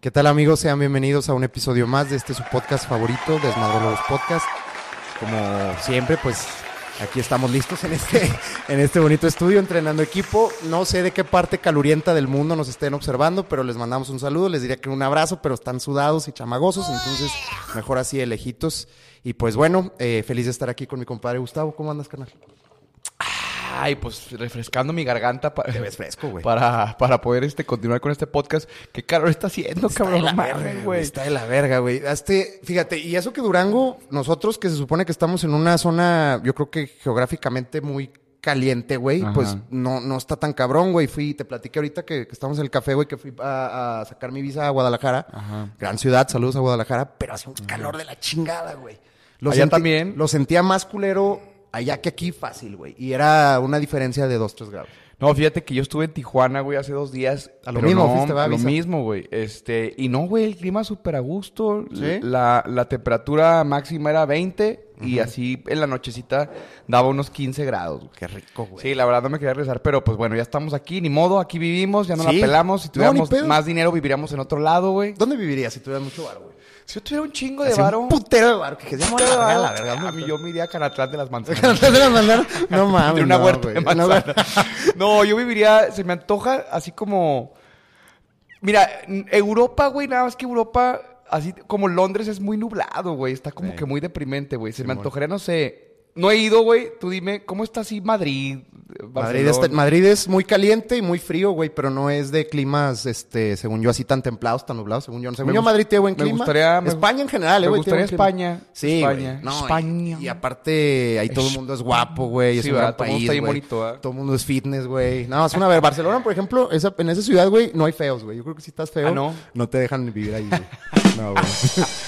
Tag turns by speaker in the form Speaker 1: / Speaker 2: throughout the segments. Speaker 1: ¿Qué tal amigos? Sean bienvenidos a un episodio más de este su podcast favorito, Desmadrólogos Podcast. Como siempre, pues aquí estamos listos en este, en este bonito estudio, entrenando equipo. No sé de qué parte calurienta del mundo nos estén observando, pero les mandamos un saludo, les diría que un abrazo, pero están sudados y chamagosos, entonces mejor así de lejitos. Y pues bueno, eh, feliz de estar aquí con mi compadre Gustavo. ¿Cómo andas, canal?
Speaker 2: Ay, pues refrescando mi garganta para,
Speaker 1: Te ves fresco, güey.
Speaker 2: para, para poder este, continuar con este podcast. ¿Qué calor está haciendo, cabrón?
Speaker 1: Está de la
Speaker 2: Mames,
Speaker 1: verga,
Speaker 2: güey.
Speaker 1: Está de la verga, güey. Este, fíjate, y eso que Durango, nosotros que se supone que estamos en una zona, yo creo que geográficamente muy caliente, güey,
Speaker 2: Ajá.
Speaker 1: pues no, no está tan cabrón, güey. Fui, te platiqué ahorita que, que estamos en el café, güey, que fui a, a sacar mi visa a Guadalajara.
Speaker 2: Ajá.
Speaker 1: Gran ciudad, saludos a Guadalajara, pero hace un calor de la chingada, güey. Lo
Speaker 2: Allá
Speaker 1: sentí-
Speaker 2: también.
Speaker 1: Lo sentía más culero allá que aquí fácil, güey. Y era una diferencia de 2, 3 grados.
Speaker 2: No, fíjate que yo estuve en Tijuana, güey, hace dos días.
Speaker 1: A lo
Speaker 2: pero
Speaker 1: mismo
Speaker 2: no,
Speaker 1: fuiste, va,
Speaker 2: a Lo
Speaker 1: avisa.
Speaker 2: mismo, güey. Este, y no, güey, el clima súper a gusto.
Speaker 1: ¿Sí?
Speaker 2: La, la temperatura máxima era 20 y así en la nochecita daba unos 15 grados, güey.
Speaker 1: Qué rico, güey.
Speaker 2: Sí, la verdad no me quería regresar, pero pues bueno, ya estamos aquí, ni modo, aquí vivimos, ya no
Speaker 1: Sí.
Speaker 2: la pelamos. Si
Speaker 1: No, ni
Speaker 2: tuviéramos
Speaker 1: pedo.
Speaker 2: más dinero, viviríamos en otro lado, güey.
Speaker 1: ¿Dónde vivirías si tuvieras mucho bar, güey?
Speaker 2: Si yo tuviera un chingo de
Speaker 1: Así un
Speaker 2: varo.
Speaker 1: putero de varo. Que se
Speaker 2: un
Speaker 1: llama
Speaker 2: putero de varo,
Speaker 1: la verga.
Speaker 2: a
Speaker 1: la
Speaker 2: mí
Speaker 1: verga.
Speaker 2: yo me iría a Canatlán de las manzanas.
Speaker 1: Antes de la mandar, no mames.
Speaker 2: de una
Speaker 1: no,
Speaker 2: huerta
Speaker 1: güey,
Speaker 2: de
Speaker 1: una
Speaker 2: manzana.
Speaker 1: huerta.
Speaker 2: No, yo viviría, se me antoja así como. Mira, n- Europa, güey, nada más que Europa, así como Londres es muy nublado, güey. Está como
Speaker 1: Sí.
Speaker 2: que muy deprimente, güey. Se me
Speaker 1: Simón.
Speaker 2: antojaría, no sé. No he ido, güey. Tú dime, ¿cómo está así Madrid?
Speaker 1: Madrid, está-
Speaker 2: Barcelona?
Speaker 1: Madrid es muy caliente y muy frío, güey, pero no es de climas, este, según yo, así tan templados, tan nublados, según yo. Según
Speaker 2: Me
Speaker 1: yo,
Speaker 2: gust-
Speaker 1: Madrid tiene buen
Speaker 2: me
Speaker 1: clima.
Speaker 2: gustaría- me gu-
Speaker 1: España en general, eh,
Speaker 2: me
Speaker 1: güey. tiene
Speaker 2: gustaría
Speaker 1: buen clima.
Speaker 2: España,
Speaker 1: Sí, güey.
Speaker 2: España,
Speaker 1: No, y-
Speaker 2: España.
Speaker 1: Y, aparte, ahí todo el mundo es guapo, güey. Es
Speaker 2: Sí,
Speaker 1: un
Speaker 2: ¿verdad?
Speaker 1: gran
Speaker 2: Todo el mundo
Speaker 1: país,
Speaker 2: está bien
Speaker 1: güey.
Speaker 2: bonito, ¿eh?
Speaker 1: Todo el mundo es fitness, güey. Nada más una ver, Barcelona, por ejemplo, esa- en esa ciudad, güey, no hay feos, güey. Yo creo que si estás feo,
Speaker 2: Ah, ¿no?
Speaker 1: te dejan vivir ahí, güey. No, güey.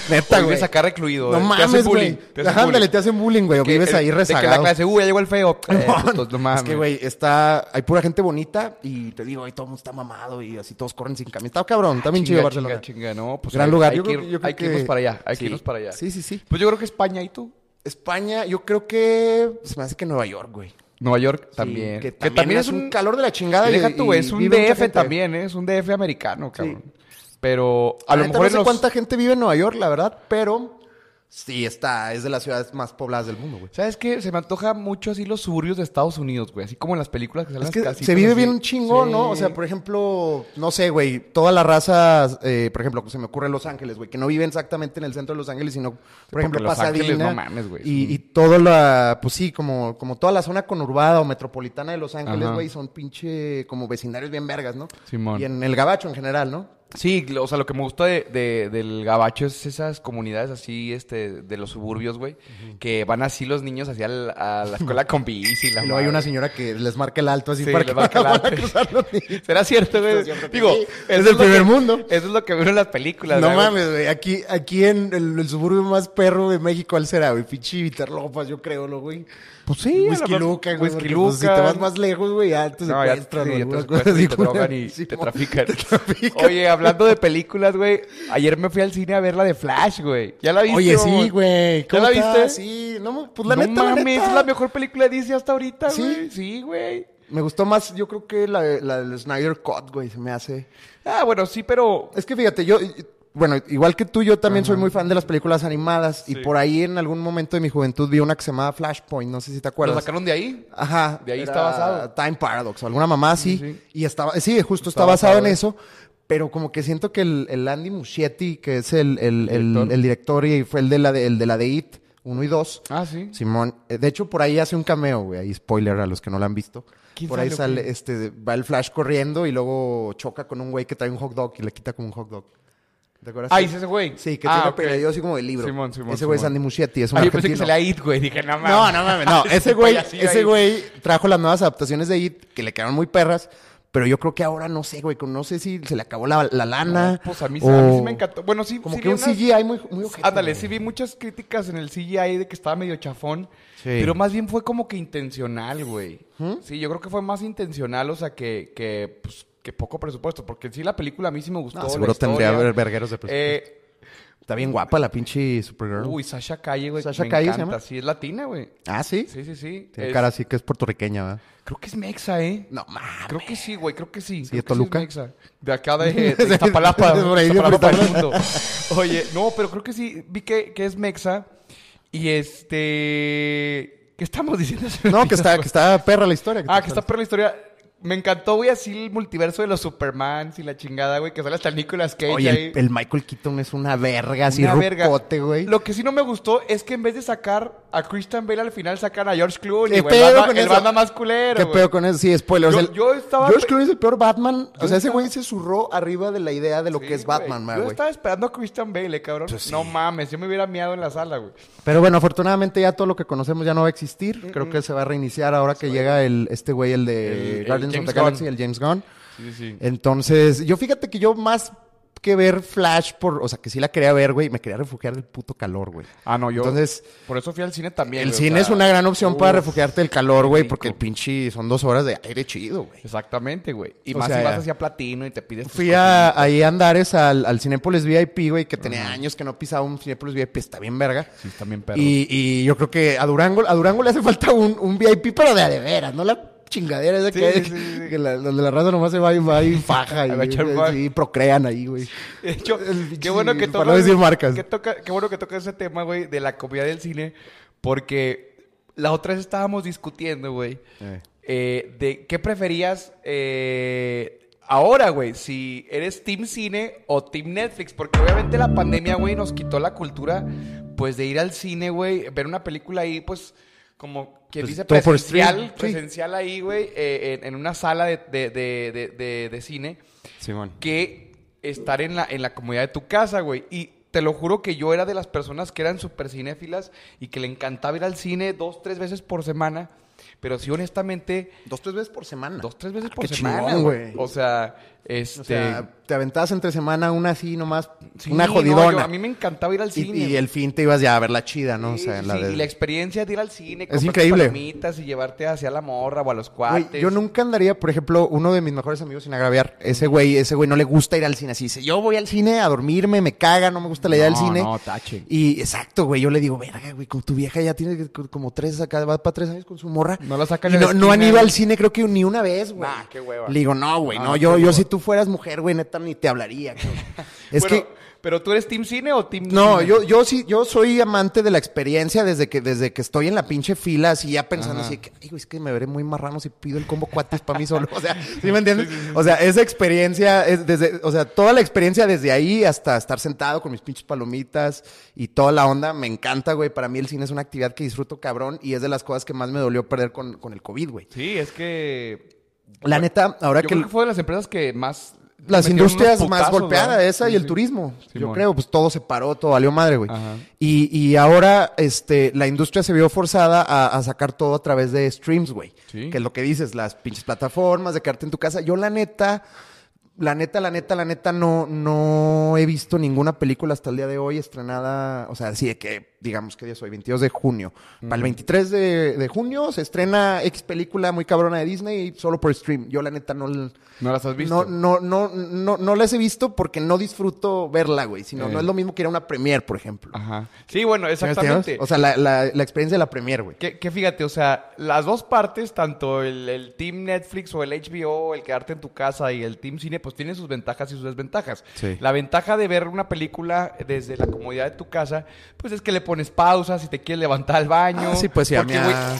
Speaker 1: Neta, güey.
Speaker 2: Hoy vives acá recluido,
Speaker 1: No
Speaker 2: eh. Te
Speaker 1: mames,
Speaker 2: hacen bullying,
Speaker 1: güey.
Speaker 2: te hacen
Speaker 1: Ándale,
Speaker 2: bullying.
Speaker 1: te hacen bullying, güey. O
Speaker 2: Que
Speaker 1: vives
Speaker 2: el-
Speaker 1: ahí
Speaker 2: de Que
Speaker 1: rezagado.
Speaker 2: la clase, uy, ya llegó el feo. Eh,
Speaker 1: pues,
Speaker 2: putos, no mames.
Speaker 1: Es que, güey, está. Hay pura gente bonita y te digo, ahí todo el mundo está mamado y así todos corren sin camisa. Está cabrón, está bien
Speaker 2: Chinga,
Speaker 1: chido Barcelona.
Speaker 2: Chinga, chinga, no, pues
Speaker 1: Gran
Speaker 2: hay-
Speaker 1: lugar.
Speaker 2: Hay,
Speaker 1: Yo
Speaker 2: que,
Speaker 1: creo
Speaker 2: ir-
Speaker 1: que- yo creo
Speaker 2: hay que irnos
Speaker 1: que-
Speaker 2: para allá, hay
Speaker 1: sí.
Speaker 2: que irnos para allá.
Speaker 1: Sí, sí, sí.
Speaker 2: Pues yo creo que España y tú.
Speaker 1: España, yo creo que. Se me hace que Nueva York, güey.
Speaker 2: Nueva York
Speaker 1: Sí,
Speaker 2: también.
Speaker 1: que, también es un calor de la chingada.
Speaker 2: Y
Speaker 1: y-
Speaker 2: deja tú,
Speaker 1: y
Speaker 2: güey, es un
Speaker 1: vive mucha
Speaker 2: DF
Speaker 1: gente.
Speaker 2: también, ¿eh? es un DF americano, cabrón. Pero a
Speaker 1: La
Speaker 2: lo
Speaker 1: neta,
Speaker 2: mejor
Speaker 1: no
Speaker 2: en
Speaker 1: sé
Speaker 2: los-
Speaker 1: cuánta gente vive en Nueva York, la verdad, pero sí está. Es de las ciudades más pobladas del mundo, güey.
Speaker 2: ¿Sabes qué? Se me antoja mucho así los suburbios de Estados Unidos, güey. Así como en las películas que salen
Speaker 1: Es
Speaker 2: las
Speaker 1: que
Speaker 2: casitas
Speaker 1: se vive
Speaker 2: así.
Speaker 1: bien un chingo,
Speaker 2: Sí.
Speaker 1: ¿no? O sea, por ejemplo, no sé, güey, toda la raza, eh, por ejemplo, se me ocurre Los Ángeles, güey, que no viven exactamente en el centro de Los Ángeles, sino, por ejemplo,
Speaker 2: Los
Speaker 1: Pasadena.
Speaker 2: Ángeles, no mames, güey.
Speaker 1: Y, y toda la, pues sí, como, como toda la zona conurbada o metropolitana de Los Ángeles,
Speaker 2: Ajá.
Speaker 1: güey, son pinche como vecindarios bien vergas, ¿no?
Speaker 2: Simón.
Speaker 1: Y en el Gabacho en general, ¿no?
Speaker 2: Sí, lo- o sea, lo que me gusta de, de- del gabacho es esas comunidades así, este, de los suburbios, güey, que van así los niños hacia a la escuela con bici. La
Speaker 1: y luego hay
Speaker 2: madre.
Speaker 1: una señora que les marca el alto así
Speaker 2: Sí,
Speaker 1: para
Speaker 2: les
Speaker 1: que
Speaker 2: marca el
Speaker 1: no
Speaker 2: alto.
Speaker 1: puedan cruzar los niños.
Speaker 2: ¿Será cierto, güey?
Speaker 1: Es cierto que
Speaker 2: Digo,
Speaker 1: sí.
Speaker 2: eso
Speaker 1: Es
Speaker 2: es
Speaker 1: del
Speaker 2: lo que-
Speaker 1: primer mundo.
Speaker 2: Eso es lo que veo en las películas,
Speaker 1: No
Speaker 2: ¿verdad, güey?
Speaker 1: mames, güey. Aquí, aquí en el, el suburbio más perro de México, ¿cuál será, güey? Pinche Viterlopas, yo creo, ¿no, güey?
Speaker 2: Pues sí, a lo
Speaker 1: Whisky
Speaker 2: mejor-
Speaker 1: Luca, güey.
Speaker 2: Whisky
Speaker 1: porque, pues, si te
Speaker 2: Luca.
Speaker 1: vas más lejos, güey, ya te
Speaker 2: No, ya,
Speaker 1: secuestran.
Speaker 2: sí,
Speaker 1: o
Speaker 2: ya te
Speaker 1: alguna
Speaker 2: secuestran
Speaker 1: cosa
Speaker 2: y
Speaker 1: así,
Speaker 2: te drogan
Speaker 1: güey.
Speaker 2: y
Speaker 1: Sí,
Speaker 2: te
Speaker 1: mo-
Speaker 2: trafican.
Speaker 1: te trafican.
Speaker 2: Oye, hablando de películas, güey. Ayer me fui al cine a ver la de Flash, güey. ¿Ya la viste?
Speaker 1: Oye,
Speaker 2: mamón?
Speaker 1: sí, güey.
Speaker 2: ¿Ya
Speaker 1: ¿Cómo
Speaker 2: la
Speaker 1: está?
Speaker 2: viste?
Speaker 1: Sí, no, pues la
Speaker 2: no
Speaker 1: neta, la
Speaker 2: mames,
Speaker 1: neta.
Speaker 2: es la mejor película de DC hasta ahorita,
Speaker 1: ¿Sí?
Speaker 2: güey. Sí, güey.
Speaker 1: Me gustó más, yo creo que la, la del Snyder Cut, güey, se me hace.
Speaker 2: Ah, bueno, sí, pero...
Speaker 1: Es que fíjate, yo, bueno, igual que tú, yo también soy muy fan de las películas animadas. Y
Speaker 2: Sí.
Speaker 1: por ahí en algún momento de mi juventud vi una que se llamaba Flashpoint, no sé si te
Speaker 2: ¿Lo
Speaker 1: acuerdas.
Speaker 2: sacaron de ahí?
Speaker 1: Ajá.
Speaker 2: De ahí
Speaker 1: era
Speaker 2: está basado.
Speaker 1: Time Paradox, o alguna mamá así.
Speaker 2: Sí, sí.
Speaker 1: Y estaba, sí, justo está,
Speaker 2: Está
Speaker 1: basado,
Speaker 2: basado,
Speaker 1: en
Speaker 2: eh.
Speaker 1: eso. Pero como que siento que el, el Andy Muschietti, que es el, el, el-
Speaker 2: Director.
Speaker 1: el director y fue el de la de, el de, la de It 1 y 2.
Speaker 2: Ah, sí.
Speaker 1: Simón, eh, de hecho por ahí hace un cameo, güey, ahí spoiler a los que no lo han visto.
Speaker 2: ¿Quién
Speaker 1: Por ahí
Speaker 2: sale,
Speaker 1: sale, este, va el Flash corriendo y luego choca con un güey que trae un hot dog y le quita como un hot dog. ¿Te acuerdas?
Speaker 2: Ah, ¿es ese güey?
Speaker 1: Sí, que
Speaker 2: Ah,
Speaker 1: tiene
Speaker 2: ok.
Speaker 1: apellido así como de libro.
Speaker 2: Simón, Simón,
Speaker 1: Ese güey es
Speaker 2: Simón.
Speaker 1: Andy Muschietti, es un
Speaker 2: Ah, yo pensé que
Speaker 1: argentino.
Speaker 2: se la It, güey. Dije, no mames.
Speaker 1: No, no mames, no. Ese güey,
Speaker 2: Payasillo
Speaker 1: ese
Speaker 2: ahí.
Speaker 1: güey trajo las nuevas adaptaciones de IT que le quedaron muy perras. Pero yo creo que ahora no sé, güey. con- No sé si se le acabó la, la lana.
Speaker 2: Pues a mí,
Speaker 1: o-
Speaker 2: a mí sí me encantó. Bueno, sí,
Speaker 1: Como
Speaker 2: sí
Speaker 1: que
Speaker 2: vi
Speaker 1: un
Speaker 2: unas-
Speaker 1: CGI muy, muy ojete,
Speaker 2: Ándale,
Speaker 1: güey.
Speaker 2: sí vi muchas críticas en el CGI de que estaba medio chafón,
Speaker 1: Sí. ¿Mm?
Speaker 2: pero más bien fue como que intencional, güey. Sí, yo creo que fue más intencional, o sea, que, que, pues, que poco presupuesto, porque en sí la película a mí sí me gustó.
Speaker 1: No,
Speaker 2: la
Speaker 1: seguro tendría
Speaker 2: historia.
Speaker 1: ver- vergueros de presupuesto.
Speaker 2: Eh,
Speaker 1: Está bien guapa la pinche Supergirl.
Speaker 2: Uy, Sasha Calle, güey.
Speaker 1: Sasha
Speaker 2: me
Speaker 1: Calle se
Speaker 2: encanta.
Speaker 1: llama.
Speaker 2: Sí, es latina, güey.
Speaker 1: Ah, sí.
Speaker 2: Sí, sí, sí.
Speaker 1: Tiene
Speaker 2: Es-
Speaker 1: cara así que es puertorriqueña, ¿verdad?
Speaker 2: Creo que es Mexa, ¿eh?
Speaker 1: No mames.
Speaker 2: Creo que sí, güey, creo que sí.
Speaker 1: de
Speaker 2: creo que
Speaker 1: Toluca?
Speaker 2: es Mexa. De acá de, de Iztapalapa.
Speaker 1: De por ahí, de
Speaker 2: Iztapalapa
Speaker 1: por
Speaker 2: del
Speaker 1: Iztapalapa.
Speaker 2: mundo. Oye, no, pero creo que sí. Vi que, que es Mexa. Y este. ¿Qué estamos diciendo? Se me
Speaker 1: No, que
Speaker 2: olvidó,
Speaker 1: está,
Speaker 2: güey.
Speaker 1: que está perra la historia.
Speaker 2: Ah, que está perra la historia. Me encantó, güey, así el multiverso de los Supermans y la chingada, güey, que sale hasta Nicolas Cage
Speaker 1: Oye,
Speaker 2: ahí.
Speaker 1: el, el Michael Keaton es una verga, así
Speaker 2: Una verga.
Speaker 1: rucote, güey.
Speaker 2: Lo que sí no me gustó es que en vez de sacar a Christian Bale al final sacan a George Clooney,
Speaker 1: ¿Qué
Speaker 2: güey.
Speaker 1: pedo
Speaker 2: El,
Speaker 1: con
Speaker 2: banda, el
Speaker 1: eso?
Speaker 2: banda más culero,
Speaker 1: ¿Qué
Speaker 2: güey.
Speaker 1: pedo con eso? Sí, spoilers.
Speaker 2: Yo-
Speaker 1: El-
Speaker 2: yo estaba-
Speaker 1: George Clooney es el peor Batman. O sea, ese
Speaker 2: estaba-
Speaker 1: güey se zurró arriba de la idea de lo que es
Speaker 2: Sí,
Speaker 1: Batman, ma,
Speaker 2: güey. Yo
Speaker 1: güey. Pues
Speaker 2: estaba esperando a Christian Bale, eh, cabrón. No mames, yo me hubiera miado en la sala, güey.
Speaker 1: Pero bueno, afortunadamente ya todo lo que conocemos ya no va a existir.
Speaker 2: Mm,
Speaker 1: Creo que se va a reiniciar ahora que llega el, este güey, el de
Speaker 2: El- el
Speaker 1: Guardians of
Speaker 2: James
Speaker 1: the Galaxy,
Speaker 2: Gunn.
Speaker 1: el James Gunn.
Speaker 2: Sí, sí,
Speaker 1: Eh,
Speaker 2: sí.
Speaker 1: Entonces, yo fíjate que yo más que ver Flash por, o sea, que sí la quería ver, güey, me quería refugiar del puto calor, güey.
Speaker 2: Ah, no, yo.
Speaker 1: Entonces,
Speaker 2: por eso fui al cine también.
Speaker 1: el
Speaker 2: güey, o
Speaker 1: cine
Speaker 2: sea,
Speaker 1: es una gran opción
Speaker 2: uf,
Speaker 1: para refugiarte del calor, güey,
Speaker 2: rico.
Speaker 1: porque el pinche son dos horas de aire chido, güey.
Speaker 2: Exactamente, güey. Y
Speaker 1: O
Speaker 2: más
Speaker 1: sea,
Speaker 2: si vas hacia platino y te pides. tus
Speaker 1: Fui a, ahí a Andares al, al Cinépolis VIP, güey, que tenía años que no pisaba un Cinépolis VIP, está bien verga.
Speaker 2: cosas. Sí, también perro.
Speaker 1: Y, y yo creo que a Durango, a Durango le hace falta un, un VIP, pero de a de veras, no la chingadera esa
Speaker 2: Sí,
Speaker 1: que,
Speaker 2: sí, sí, sí.
Speaker 1: que la, donde la raza nomás se va y va y faja
Speaker 2: Va a echar
Speaker 1: y,
Speaker 2: faja.
Speaker 1: y procrean ahí, güey.
Speaker 2: De hecho,
Speaker 1: El-
Speaker 2: qué bueno que
Speaker 1: sí,
Speaker 2: toca.
Speaker 1: para no decir marcas.
Speaker 2: que toca- qué bueno que toca ese tema, güey, de la comida del cine. Porque la otra vez estábamos discutiendo, güey, eh, de qué preferías eh, ahora, güey, si eres Team Cine o Team Netflix. Porque obviamente la pandemia, güey, nos quitó la cultura, pues, de ir al cine, güey, ver una película ahí, pues. Como quien
Speaker 1: Pues,
Speaker 2: dice
Speaker 1: todo por
Speaker 2: presencial,
Speaker 1: stream, sí.
Speaker 2: presencial ahí, güey, eh, en, en una sala de, de- de- de- de- de cine
Speaker 1: Simón.
Speaker 2: que estar en la, en la comodidad de tu casa, güey. Y te lo juro que yo era de las personas que eran súper cinéfilas y que le encantaba ir al cine dos, tres veces por semana. Pero sí, honestamente,
Speaker 1: Dos, tres veces por semana.
Speaker 2: dos, tres veces
Speaker 1: Ah,
Speaker 2: por
Speaker 1: qué
Speaker 2: semana,
Speaker 1: chingón,
Speaker 2: güey.
Speaker 1: güey.
Speaker 2: O sea, este...
Speaker 1: O sea, te aventabas entre semana una así nomás,
Speaker 2: sí,
Speaker 1: una
Speaker 2: no,
Speaker 1: jodidona.
Speaker 2: yo- a mí me encantaba ir al
Speaker 1: y,
Speaker 2: cine.
Speaker 1: y
Speaker 2: güey.
Speaker 1: el fin te ibas ya a ver la chida, ¿no?
Speaker 2: Sí,
Speaker 1: o sea,
Speaker 2: sí,
Speaker 1: la
Speaker 2: sí,
Speaker 1: de...
Speaker 2: y la experiencia de ir al cine, comprarte
Speaker 1: increíble.
Speaker 2: palomitas y llevarte hacia la morra o a los
Speaker 1: Güey,
Speaker 2: cuates.
Speaker 1: yo nunca andaría, por ejemplo, uno de mis mejores amigos sin agraviar. Ese güey, ese güey no le gusta ir al cine. Así dice, yo voy al cine a dormirme, me caga, no me gusta la idea del
Speaker 2: No,
Speaker 1: cine.
Speaker 2: no, tache.
Speaker 1: Y exacto, güey, yo le digo, verga, güey, con tu vieja ya tiene co- como tres acá, va para tres años con su morra.
Speaker 2: No la sacan
Speaker 1: Y
Speaker 2: de
Speaker 1: no,
Speaker 2: la
Speaker 1: no han
Speaker 2: esquina,
Speaker 1: ido al
Speaker 2: güey.
Speaker 1: cine, creo que ni una vez, güey.
Speaker 2: Nah, qué hueva.
Speaker 1: Le digo, no, güey, no,
Speaker 2: No, no,
Speaker 1: yo,
Speaker 2: qué
Speaker 1: yo
Speaker 2: hueva.
Speaker 1: si tú fueras mujer, güey, neta, ni te hablaría, cabrón. Es
Speaker 2: Bueno,
Speaker 1: que.
Speaker 2: ¿Pero tú eres team cine o team
Speaker 1: No,
Speaker 2: cine?
Speaker 1: yo, yo sí, yo soy amante de la experiencia desde que, desde que estoy en la pinche fila, así ya pensando
Speaker 2: Ajá.
Speaker 1: así que, ay, güey, es que me veré muy marrano si pido el combo cuates para mí solo. O sea, ¿sí me entiendes? O sea, esa experiencia, es desde, o sea, toda la experiencia desde ahí hasta estar sentado con mis pinches palomitas y toda la onda, me encanta, güey. Para mí el cine es una actividad que disfruto cabrón y es de las cosas que más me dolió perder con, con el COVID, güey.
Speaker 2: Sí, es que...
Speaker 1: La neta, ahora
Speaker 2: Yo
Speaker 1: que.
Speaker 2: creo que fue de las empresas que más...
Speaker 1: las
Speaker 2: metieron unos
Speaker 1: industrias más
Speaker 2: putazos,
Speaker 1: golpeadas,
Speaker 2: ¿verdad?
Speaker 1: esa y
Speaker 2: Sí,
Speaker 1: el
Speaker 2: sí.
Speaker 1: turismo. Yo
Speaker 2: Simón.
Speaker 1: creo, pues todo se paró, todo valió madre, güey.
Speaker 2: Ajá.
Speaker 1: Y, y ahora este, la industria se vio forzada a, a sacar todo a través de streams, güey.
Speaker 2: Sí.
Speaker 1: Que es lo que dices, las pinches plataformas, de quedarte en tu casa. Yo la neta, la neta, la neta, la neta, no, no he visto ninguna película hasta el día de hoy estrenada, o sea, así de que, digamos que día es hoy, 22 de junio. Para el 23 de, de junio se estrena X película muy cabrona de Disney solo por stream. Yo la neta no... l-
Speaker 2: ¿No las has visto?
Speaker 1: no, no, no, no, no las he visto porque no disfruto verla, güey. Sino,
Speaker 2: Eh.
Speaker 1: no es lo mismo que ir a una premier, por ejemplo.
Speaker 2: Ajá. Sí, bueno,
Speaker 1: ¿Sí me entiendes?
Speaker 2: exactamente.
Speaker 1: O sea, la, la, la experiencia de la premier, güey.
Speaker 2: que, que fíjate, o sea, las dos partes, tanto el, el Team Netflix o el HBO, el quedarte en tu casa y el Team Cine, pues tienen sus ventajas y sus desventajas.
Speaker 1: Sí.
Speaker 2: La ventaja de ver una película desde la comodidad de tu casa, pues es que le pones pausa si te quieres levantar al baño.
Speaker 1: Ah, sí, pues, sí, a
Speaker 2: Porque,
Speaker 1: mí,
Speaker 2: güey,
Speaker 1: ah.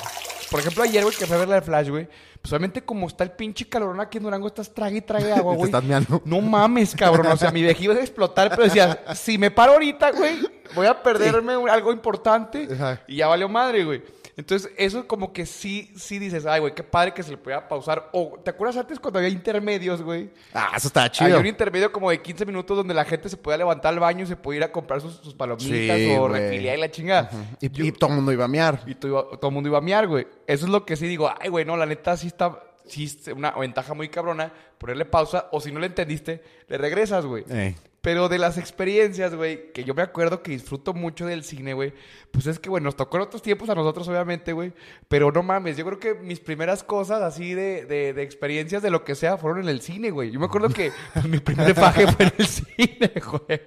Speaker 2: Por ejemplo, ayer, güey, que fue a ver la de Flash, güey, pues obviamente como está el pinche calorón aquí en Durango, estás trague y trague agua,
Speaker 1: Te
Speaker 2: güey.
Speaker 1: estás meando.
Speaker 2: No mames, cabrón. O sea, mi vejiga iba a explotar, pero decía, si me paro ahorita, güey, voy a perderme un- algo importante.
Speaker 1: Ajá.
Speaker 2: Y ya valió madre, güey. Entonces, eso como que sí, sí dices, ay, güey, qué padre que se le pudiera pausar. O, ¿te acuerdas antes cuando había intermedios, güey?
Speaker 1: Ah, eso está
Speaker 2: Había
Speaker 1: chido.
Speaker 2: un intermedio como de 15 minutos donde la gente se podía levantar al baño y se podía ir a comprar sus, sus palomitas
Speaker 1: Sí,
Speaker 2: o
Speaker 1: güey.
Speaker 2: refiliar y la chingada.
Speaker 1: Y,
Speaker 2: Yo-
Speaker 1: y todo el mundo iba a mear.
Speaker 2: y todo, iba- todo el mundo iba a miar, güey. Eso es lo que sí digo, ay, güey, no, la neta sí está, sí es una ventaja muy cabrona, ponerle pausa, o si no le entendiste, le regresas, güey.
Speaker 1: Eh.
Speaker 2: Pero de las experiencias, güey, que yo me acuerdo que disfruto mucho del cine, güey, pues es que, bueno, nos tocó en otros tiempos a nosotros, obviamente, güey, pero no mames, yo creo que mis primeras cosas así de, de, de experiencias de lo que sea fueron en el cine, güey. Yo me acuerdo que pues, mi primer faje fue en el cine, güey.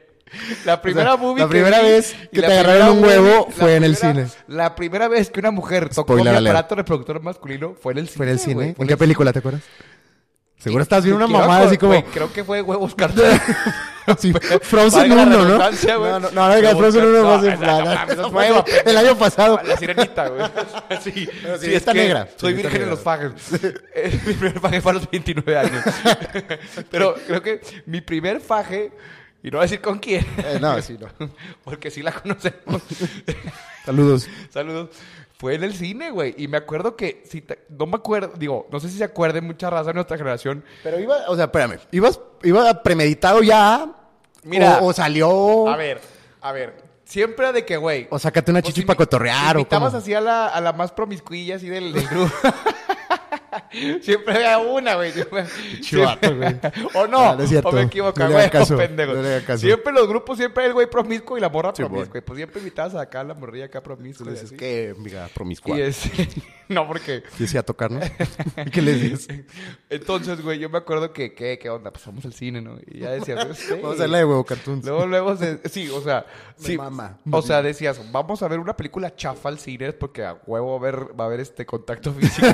Speaker 2: La primera
Speaker 1: O sea,
Speaker 2: movie
Speaker 1: la
Speaker 2: que
Speaker 1: primera
Speaker 2: vi
Speaker 1: vez
Speaker 2: y
Speaker 1: que
Speaker 2: la
Speaker 1: te
Speaker 2: primera
Speaker 1: agarraron un
Speaker 2: movie-
Speaker 1: huevo
Speaker 2: la
Speaker 1: fue en el
Speaker 2: primera-
Speaker 1: cine.
Speaker 2: La primera vez que una mujer tocó
Speaker 1: Spoiler
Speaker 2: mi
Speaker 1: alert.
Speaker 2: aparato reproductor masculino fue en el cine.
Speaker 1: Fue en el cine.
Speaker 2: güey.
Speaker 1: ¿En qué película te acuerdas? Seguro estás viendo una
Speaker 2: Creo
Speaker 1: mamada
Speaker 2: que-
Speaker 1: así como.
Speaker 2: güey, creo que fue huevos cartas.
Speaker 1: Sí, Frozen
Speaker 2: Valga la
Speaker 1: 1, ¿no?
Speaker 2: redundancia, güey.
Speaker 1: No, no, no, venga,
Speaker 2: Huevos
Speaker 1: Frozen
Speaker 2: Cartas.
Speaker 1: 1
Speaker 2: No,
Speaker 1: Frozen
Speaker 2: esa-
Speaker 1: Flag.
Speaker 2: no mames,
Speaker 1: Esa
Speaker 2: no
Speaker 1: fue
Speaker 2: nueva,
Speaker 1: El año pasado.
Speaker 2: La sirenita, güey. Sí,
Speaker 1: Pero
Speaker 2: sí,
Speaker 1: sirenita
Speaker 2: es que
Speaker 1: negra,
Speaker 2: Soy
Speaker 1: sirenita
Speaker 2: virgen en
Speaker 1: negra.
Speaker 2: los fajes. Eh, mi primer faje fue a los 29 años. Pero creo que mi primer faje, y no voy a decir con quién,
Speaker 1: Eh, no, sí, no.
Speaker 2: porque sí la conocemos.
Speaker 1: Saludos.
Speaker 2: Saludos. Fue en el cine, güey. Y me acuerdo que, si te- no me acuerdo, digo, no sé si se acuerden mucha raza de nuestra generación.
Speaker 1: Pero iba, o sea, espérame. ¿Ibas, iba premeditado ya?
Speaker 2: Mira.
Speaker 1: O, o salió.
Speaker 2: A ver, a ver. Siempre de que, güey.
Speaker 1: O sácate una
Speaker 2: pues,
Speaker 1: chichi
Speaker 2: invi-
Speaker 1: para cotorrear o
Speaker 2: Invitabas
Speaker 1: cómo.
Speaker 2: así a la, a la más promiscuilla así del, del grupo. Siempre había una, güey. Siempre-
Speaker 1: Chivato, güey.
Speaker 2: O no,
Speaker 1: Ah, no es cierto.
Speaker 2: o me equivoco,
Speaker 1: No le
Speaker 2: güey,
Speaker 1: hagan caso,
Speaker 2: o pendejo.
Speaker 1: no le hagan caso.
Speaker 2: Siempre los grupos, siempre hay el güey promiscuo y la morra
Speaker 1: Simón.
Speaker 2: promiscua. Y pues siempre invitabas acá a la morrilla acá
Speaker 1: Tú
Speaker 2: promiscua.
Speaker 1: le
Speaker 2: y
Speaker 1: dices,
Speaker 2: así.
Speaker 1: ¿qué, amiga promiscua?
Speaker 2: Y es... no, porque...
Speaker 1: Quise a tocar, ¿no? ¿Qué le dices?
Speaker 2: Entonces, güey, yo me acuerdo que, ¿qué, qué onda? Pasamos al cine, ¿no? Y ya decías, sí.
Speaker 1: Vamos a hacer la de huevo cartoons.
Speaker 2: Luego, luego, se- sí, o sea,
Speaker 1: Me
Speaker 2: sí,
Speaker 1: mama.
Speaker 2: o sea, decías, vamos a ver una película chafa al cine porque a huevo va a haber, va a haber este contacto físico.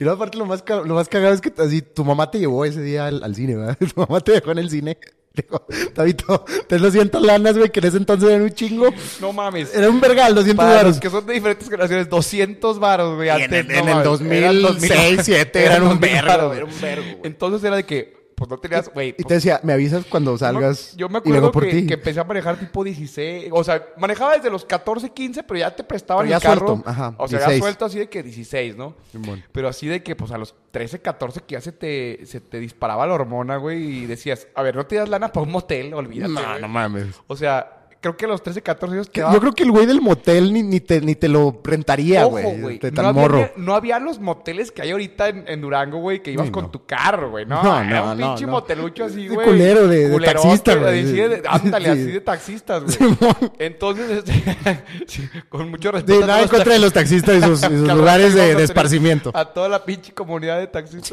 Speaker 1: Y luego aparte lo más, ca- lo más cagado es que así, tu mamá te llevó ese día al, al cine, ¿verdad? Tu mamá te dejó en el cine. Te Dijo, Tabito, ten 200 lanas, güey, que en ese entonces eran un chingo.
Speaker 2: no mames.
Speaker 1: Era un vergal, 200
Speaker 2: Para los
Speaker 1: varos.
Speaker 2: que son de diferentes generaciones, 200 varos, güey.
Speaker 1: Y en
Speaker 2: antes,
Speaker 1: el-
Speaker 2: no
Speaker 1: en el
Speaker 2: mames,
Speaker 1: 2006,
Speaker 2: eran 2000.
Speaker 1: 2007, eran un
Speaker 2: 2000
Speaker 1: vergo,
Speaker 2: varos,
Speaker 1: era un vergo, güey.
Speaker 2: Entonces era de que, pues no tenías, güey.
Speaker 1: Y
Speaker 2: pues,
Speaker 1: te decía, me avisas cuando salgas.
Speaker 2: Yo me
Speaker 1: y vengo
Speaker 2: acuerdo
Speaker 1: por
Speaker 2: que,
Speaker 1: ti.
Speaker 2: que empecé a manejar tipo 16. O sea, manejaba desde los 14, 15, pero ya te prestaban
Speaker 1: Pero ya
Speaker 2: el carro.
Speaker 1: suelto, ajá,
Speaker 2: o sea, ya
Speaker 1: 16.
Speaker 2: suelto así de que 16, ¿no?
Speaker 1: Simón.
Speaker 2: Pero así de que, pues a los 13, 14, que ya se te, se te disparaba la hormona, güey. Y decías, a ver, no te das lana para un motel, olvídate.
Speaker 1: No,
Speaker 2: güey.
Speaker 1: no mames.
Speaker 2: O sea, creo que a los 13, 14 años
Speaker 1: Que-
Speaker 2: quedaba.
Speaker 1: Yo creo que el güey del motel ni, ni, te, ni te lo rentaría, güey. De tan
Speaker 2: no,
Speaker 1: morro.
Speaker 2: había, no había los moteles que hay ahorita en, en Durango, güey, que ibas
Speaker 1: Sí,
Speaker 2: con
Speaker 1: no.
Speaker 2: tu carro, güey. No,
Speaker 1: No,
Speaker 2: era
Speaker 1: no,
Speaker 2: un
Speaker 1: no,
Speaker 2: pinche
Speaker 1: no.
Speaker 2: motelucho así,
Speaker 1: De
Speaker 2: güey.
Speaker 1: culero, de- de
Speaker 2: Culerote,
Speaker 1: taxista, güey.
Speaker 2: así de- Ándale,
Speaker 1: Sí.
Speaker 2: así de taxistas, güey.
Speaker 1: Simón.
Speaker 2: Entonces, este, sí, con mucho
Speaker 1: De
Speaker 2: respeto. a
Speaker 1: nada
Speaker 2: todos
Speaker 1: en contra de los taxistas y sus, y sus
Speaker 2: Cabrón, Ah,
Speaker 1: lugares
Speaker 2: vamos a
Speaker 1: de, de
Speaker 2: tener
Speaker 1: esparcimiento.
Speaker 2: A toda la pinche comunidad de taxistas.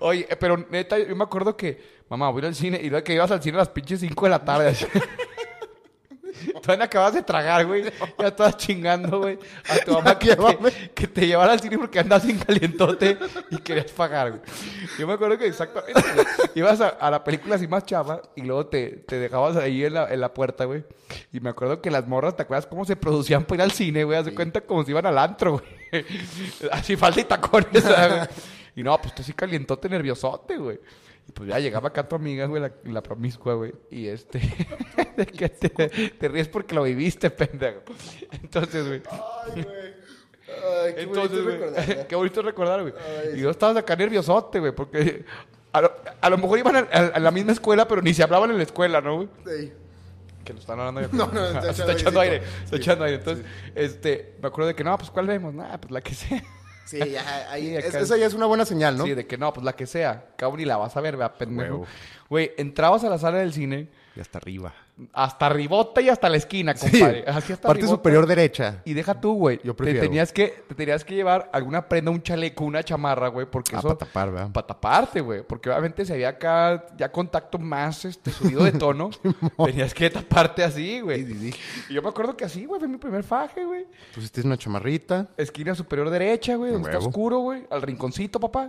Speaker 2: Oye, eh, pero neta, yo me acuerdo que, mamá, voy a ir al cine y luego que ibas al cine a las pinches 5 de la tarde. así. Todavía no acabas de tragar, güey. Ya estabas chingando, güey. A tu mamá que
Speaker 1: llévame.
Speaker 2: te, que te llevara al cine porque andabas sin calientote y querías pagar, güey. Yo me acuerdo que exactamente güey, ibas a, a la película así más chava y luego te, te dejabas ahí en la, en la puerta, güey. Y me acuerdo que las morras, ¿te acuerdas cómo se producían para ir al cine, güey? Haz de cuenta como si iban al antro, güey. Así falta y tacones, ¿sabes, güey? Y no, pues tú sí calientote, nerviosote, güey. Y pues ya llegaba acá tu amiga, güey, la, la promiscua, güey. Y este. de que te, te ríes porque lo viviste, pendejo. Entonces, güey. Entonces,
Speaker 1: ¿eh?
Speaker 2: güey. Qué bonito recordar, güey. Y yo estaba acá nerviosote, güey, porque. A lo, a lo mejor iban a, a- a la misma escuela, pero ni se hablaban en la escuela, ¿no, güey? Que lo están hablando.
Speaker 1: No, no, está
Speaker 2: está,
Speaker 1: echando
Speaker 2: echando aire.
Speaker 1: airecito.
Speaker 2: Está echando aire. Entonces, este, me acuerdo de que, no, pues, ¿cuál vemos? Nada, pues la que sea.
Speaker 1: Sí, ya, ahí,
Speaker 2: Sí, acá.
Speaker 1: es- esa ya es una buena señal, ¿no?
Speaker 2: Sí, de que no, pues la que sea. Cabrón, y la vas a ver, vea, pendejo.
Speaker 1: Huevo.
Speaker 2: Güey, entrabas a la sala del cine,
Speaker 1: Y hasta arriba.
Speaker 2: hasta arribota y hasta la esquina,
Speaker 1: Sí,
Speaker 2: compadre. Así hasta
Speaker 1: parte
Speaker 2: arribota.
Speaker 1: superior derecha.
Speaker 2: Y deja tú, güey.
Speaker 1: Yo
Speaker 2: Te
Speaker 1: prefiero.
Speaker 2: tenías que, te tenías que llevar alguna prenda, un chaleco, una chamarra, güey, porque
Speaker 1: Ah,
Speaker 2: eso.
Speaker 1: para tapar, ¿verdad?
Speaker 2: Para taparte, güey. Porque obviamente si había acá ya contacto más este, subido de tono, tenías que taparte así, güey. Y yo me acuerdo que así, güey, fue mi primer faje, güey.
Speaker 1: Pusiste Pues este una chamarrita.
Speaker 2: Esquina superior derecha, güey, donde está
Speaker 1: huevo.
Speaker 2: oscuro, güey. Al rinconcito, papá.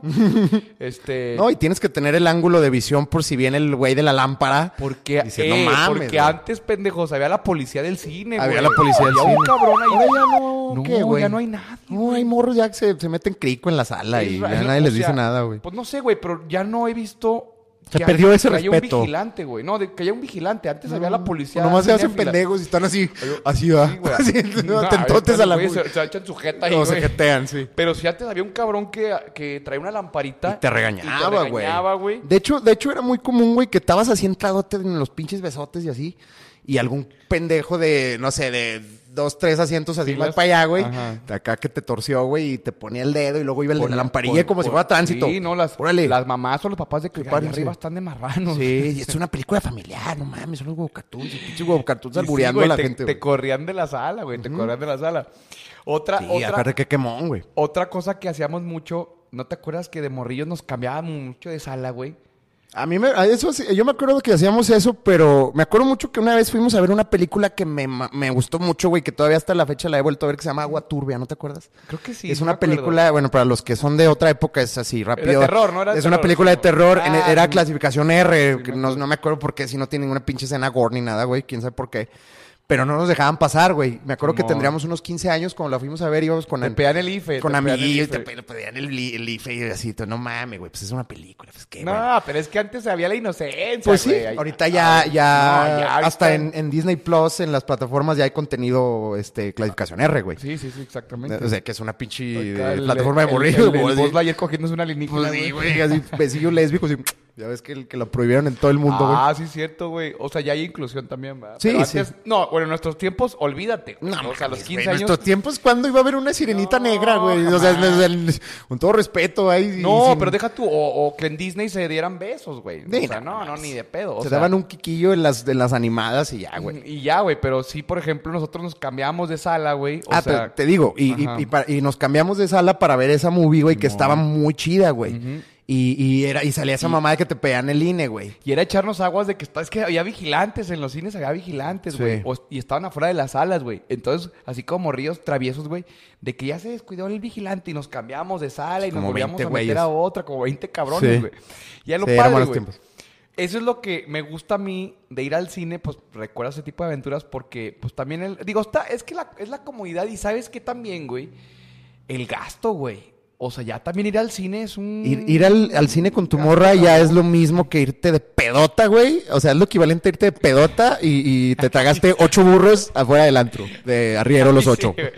Speaker 2: este.
Speaker 1: No, y tienes que tener el ángulo de visión por si viene el güey de la lámpara.
Speaker 2: Porque,
Speaker 1: Dices,
Speaker 2: eh,
Speaker 1: no mames,
Speaker 2: porque
Speaker 1: güey.
Speaker 2: antes, pendejos, había la policía del cine, güey.
Speaker 1: Había la policía del
Speaker 2: Había un
Speaker 1: cine.
Speaker 2: cabrón ahí.
Speaker 1: Ahora ya no,
Speaker 2: No,
Speaker 1: ¿qué, güey?
Speaker 2: ya no hay nadie,
Speaker 1: No, hay morros ya que se, se meten crico en la sala
Speaker 2: Es
Speaker 1: y
Speaker 2: ra-
Speaker 1: ya
Speaker 2: es-
Speaker 1: nadie
Speaker 2: o
Speaker 1: les dice
Speaker 2: sea,
Speaker 1: nada, güey.
Speaker 2: Pues no sé, güey, pero ya no he visto.
Speaker 1: Se
Speaker 2: que
Speaker 1: perdió
Speaker 2: haya-
Speaker 1: ese
Speaker 2: que haya
Speaker 1: respeto.
Speaker 2: un vigilante, güey. No, de que haya un vigilante. Antes había la policía.
Speaker 1: pues Nomás se hacen
Speaker 2: cinéfila.
Speaker 1: pendejos y están así, así va.
Speaker 2: Sí, güey.
Speaker 1: Así,
Speaker 2: No,
Speaker 1: atentotes
Speaker 2: ahorita
Speaker 1: a la
Speaker 2: los
Speaker 1: güey.
Speaker 2: güeyes Se, se echan sujeta ahí,
Speaker 1: O se
Speaker 2: güey.
Speaker 1: jetean, sí.
Speaker 2: Pero si antes había un cabrón que, que traía una lamparita.
Speaker 1: Y te
Speaker 2: y te
Speaker 1: regañaba, güey.
Speaker 2: regañaba, güey.
Speaker 1: De hecho, de hecho, era muy común, güey, que estabas así entradote en los pinches besotes y así. Y algún pendejo de, no sé, de dos, tres asientos así
Speaker 2: Filas.
Speaker 1: más para allá, güey.
Speaker 2: Ajá.
Speaker 1: De acá que te torció, güey, y te ponía el dedo y luego iba el de
Speaker 2: Por-
Speaker 1: la lamparilla
Speaker 2: por-
Speaker 1: como si
Speaker 2: por-
Speaker 1: fuera tránsito.
Speaker 2: Sí, no, las,
Speaker 1: Órale.
Speaker 2: las mamás o los papás de que allá
Speaker 1: Prepárense.
Speaker 2: arriba están de marranos.
Speaker 1: Sí, y es una película familiar, no mames, son los huevocartoons, el pinche huevocartoons
Speaker 2: Y sí,
Speaker 1: albureando
Speaker 2: güey,
Speaker 1: a la
Speaker 2: te,
Speaker 1: gente,
Speaker 2: Te
Speaker 1: güey.
Speaker 2: corrían de la sala, güey. Te corrían de la sala. Otra,
Speaker 1: Sí,
Speaker 2: otra,
Speaker 1: agarra que quemón, güey.
Speaker 2: Otra cosa que hacíamos mucho, ¿no te acuerdas que de morrillos nos cambiábamos mucho de sala, güey?
Speaker 1: A mí me, a eso sí, yo me acuerdo que hacíamos eso, pero me acuerdo mucho que una vez fuimos a ver una película que me, ma- me gustó mucho, güey, que todavía hasta la fecha la he vuelto a ver, que se llama Agua Turbia, ¿no te acuerdas?
Speaker 2: Creo que sí.
Speaker 1: es
Speaker 2: no
Speaker 1: una
Speaker 2: me acuerdo.
Speaker 1: película, bueno, para los que son de otra época es así, rápido.
Speaker 2: terror, ¿no? Era de
Speaker 1: es una
Speaker 2: terror,
Speaker 1: película de
Speaker 2: ¿no?
Speaker 1: terror, en-
Speaker 2: Ah,
Speaker 1: era
Speaker 2: sí.
Speaker 1: clasificación R, que
Speaker 2: me
Speaker 1: no,
Speaker 2: acuerdo.
Speaker 1: no me acuerdo por qué, si no tiene ninguna pinche escena gore ni nada, güey, quién sabe por qué. Pero no nos dejaban pasar, güey. Me acuerdo que
Speaker 2: Simón.
Speaker 1: tendríamos unos 15 años cuando la fuimos a ver, íbamos con
Speaker 2: Te
Speaker 1: an-
Speaker 2: pegan el IFE.
Speaker 1: con
Speaker 2: te pegan el
Speaker 1: amiguillos, te
Speaker 2: IFE.
Speaker 1: pe- pedían el, li- el IFE y así, tú, no mames, güey, pues es una película, pues qué, güey.
Speaker 2: No, pero es que antes había la inocencia.
Speaker 1: Pues sí,
Speaker 2: güey. Ay,
Speaker 1: ahorita ya,
Speaker 2: ay,
Speaker 1: ya,
Speaker 2: no, ya ahorita-
Speaker 1: hasta en, en Disney Plus, en las plataformas ya hay contenido, este, clasificación R, güey.
Speaker 2: Sí, sí, sí, exactamente.
Speaker 1: O sea, que es una pinche
Speaker 2: Acá
Speaker 1: eh,
Speaker 2: el-
Speaker 1: plataforma de
Speaker 2: el-
Speaker 1: borrillo,
Speaker 2: el- El,
Speaker 1: güey.
Speaker 2: Buzz Lightyear cogiéndose una
Speaker 1: Pues
Speaker 2: alienígena,
Speaker 1: sí, güey, así, besillo lésbico, así, ya ves que, el- que lo prohibieron en todo el mundo, güey.
Speaker 2: Ah, sí, cierto, güey. O sea, ya hay inclusión también, ¿verdad?
Speaker 1: Sí,
Speaker 2: Pero
Speaker 1: sí.
Speaker 2: antes- No, bueno, en nuestros tiempos, olvídate. güey. o sea, pues, a los
Speaker 1: mames,
Speaker 2: 15
Speaker 1: güey, En
Speaker 2: años.
Speaker 1: nuestros tiempos, ¿cuándo iba a haber una sirenita negra, güey? O sea,
Speaker 2: jamás.
Speaker 1: o sea, el- con todo respeto, ahí. y
Speaker 2: No,
Speaker 1: sin-
Speaker 2: pero deja tú. O, o que en Disney se dieran besos, güey.
Speaker 1: Sí,
Speaker 2: o sea,
Speaker 1: no,
Speaker 2: no, no, ni de pedo. o
Speaker 1: Se
Speaker 2: sea,
Speaker 1: daban un quiquillo en las, en las animadas y ya, Ah, güey.
Speaker 2: Y ya, güey. Pero sí, por ejemplo, nosotros nos cambiamos de sala, güey. O
Speaker 1: ah, te-
Speaker 2: sea,
Speaker 1: te, digo, y, y-
Speaker 2: ajá.
Speaker 1: y para- y nos cambiamos de sala para ver esa movie, güey, que estaba muy chida, güey. y, y era, y salía esa mamá de que te pegan el INE, güey.
Speaker 2: Y era echarnos aguas de que está, es que había vigilantes en los cines, había vigilantes,
Speaker 1: Sí.
Speaker 2: güey. O- Y estaban afuera de las salas, güey. Entonces, así como ríos traviesos, güey, de que ya se descuidó el vigilante y nos cambiamos de sala y
Speaker 1: Pues Como
Speaker 2: nos volvíamos
Speaker 1: 20
Speaker 2: a meter
Speaker 1: güeyes.
Speaker 2: a otra, como 20
Speaker 1: Sí.
Speaker 2: cabrones, güey. Ya lo
Speaker 1: Sí, eran
Speaker 2: padre,
Speaker 1: buenos
Speaker 2: güey.
Speaker 1: tiempos.
Speaker 2: Eso es lo que me gusta a mí de ir al cine, pues recuerda ese tipo de aventuras porque, pues también, el, digo, está, es que la, es la comodidad y sabes que también, güey, el gasto, güey. O sea, ya también ir al cine es un...
Speaker 1: Ir, ir al, al cine con tu morra ya es lo mismo que irte de pedota, güey. O sea, es lo equivalente a irte de pedota y, y te tragaste ocho burros afuera del antro, de arriero los
Speaker 2: Sí,
Speaker 1: ocho.
Speaker 2: güey.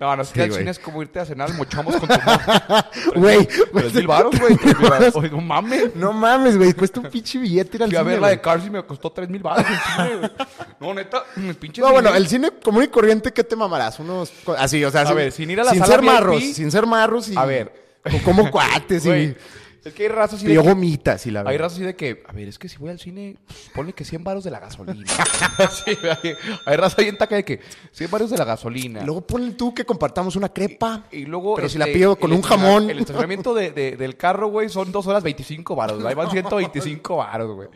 Speaker 2: no, no es
Speaker 1: Sí,
Speaker 2: que al
Speaker 1: güey.
Speaker 2: cine es como irte a cenar al mochamos con tu mamá.
Speaker 1: Güey,
Speaker 2: Tres mil baros, güey. tres mil varos. Oigo, mames.
Speaker 1: no mames, güey, cuesta un pinche billete ir al
Speaker 2: Fui
Speaker 1: cine.
Speaker 2: a ver la
Speaker 1: güey.
Speaker 2: de Cars y me costó tres mil baros el cine, güey. No, neta, mi pinche.
Speaker 1: No,
Speaker 2: cine.
Speaker 1: bueno, el cine común y corriente, ¿qué te mamarás? Unos. co- Así, o sea,
Speaker 2: A ver, sin ir a la sala
Speaker 1: ser
Speaker 2: VIP.
Speaker 1: marros, sin ser marros y.
Speaker 2: A ver.
Speaker 1: co- Como cuates
Speaker 2: Güey,
Speaker 1: y.
Speaker 2: Es que hay razas así
Speaker 1: Y yo
Speaker 2: de que,
Speaker 1: gomitas y la
Speaker 2: Hay
Speaker 1: verdad.
Speaker 2: razas así de que, a ver, es que si voy al cine, ponle que 100 baros de la gasolina. Sí, hay, hay raza ahí en taca de que 100 baros de la gasolina.
Speaker 1: Luego ponle tú que compartamos una crepa.
Speaker 2: Y luego. este,
Speaker 1: Pero si la pido con
Speaker 2: el
Speaker 1: un
Speaker 2: estaciona-
Speaker 1: jamón.
Speaker 2: El estacionamiento de- de- del carro, güey, son 2 horas 25 varos. güey. Ahí van 125 varos, güey.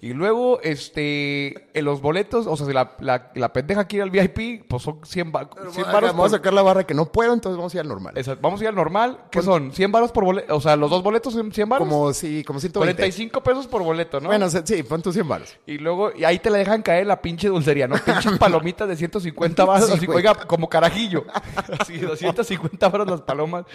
Speaker 2: Y luego, este. En los boletos, o sea, si la, la, la pendeja quiere al VIP, pues son 100, va- 100
Speaker 1: Vamos
Speaker 2: varos.
Speaker 1: a
Speaker 2: por-
Speaker 1: sacar la barra que no puedo, entonces vamos a ir al normal.
Speaker 2: Esa- Vamos a ir al normal, que son 100 varos por boleto. O sea, los dos boletos son 100 varos.
Speaker 1: Como sí, como 120.
Speaker 2: 45 pesos por boleto, ¿no?
Speaker 1: Bueno, se- sí, pon tus 100 baros.
Speaker 2: Y luego, y ahí te la dejan caer la pinche dulcería, ¿no? Pinches palomitas de 150 baros.
Speaker 1: Sí,
Speaker 2: así,
Speaker 1: güey.
Speaker 2: oiga, como carajillo. Así, 250 baros las palomas.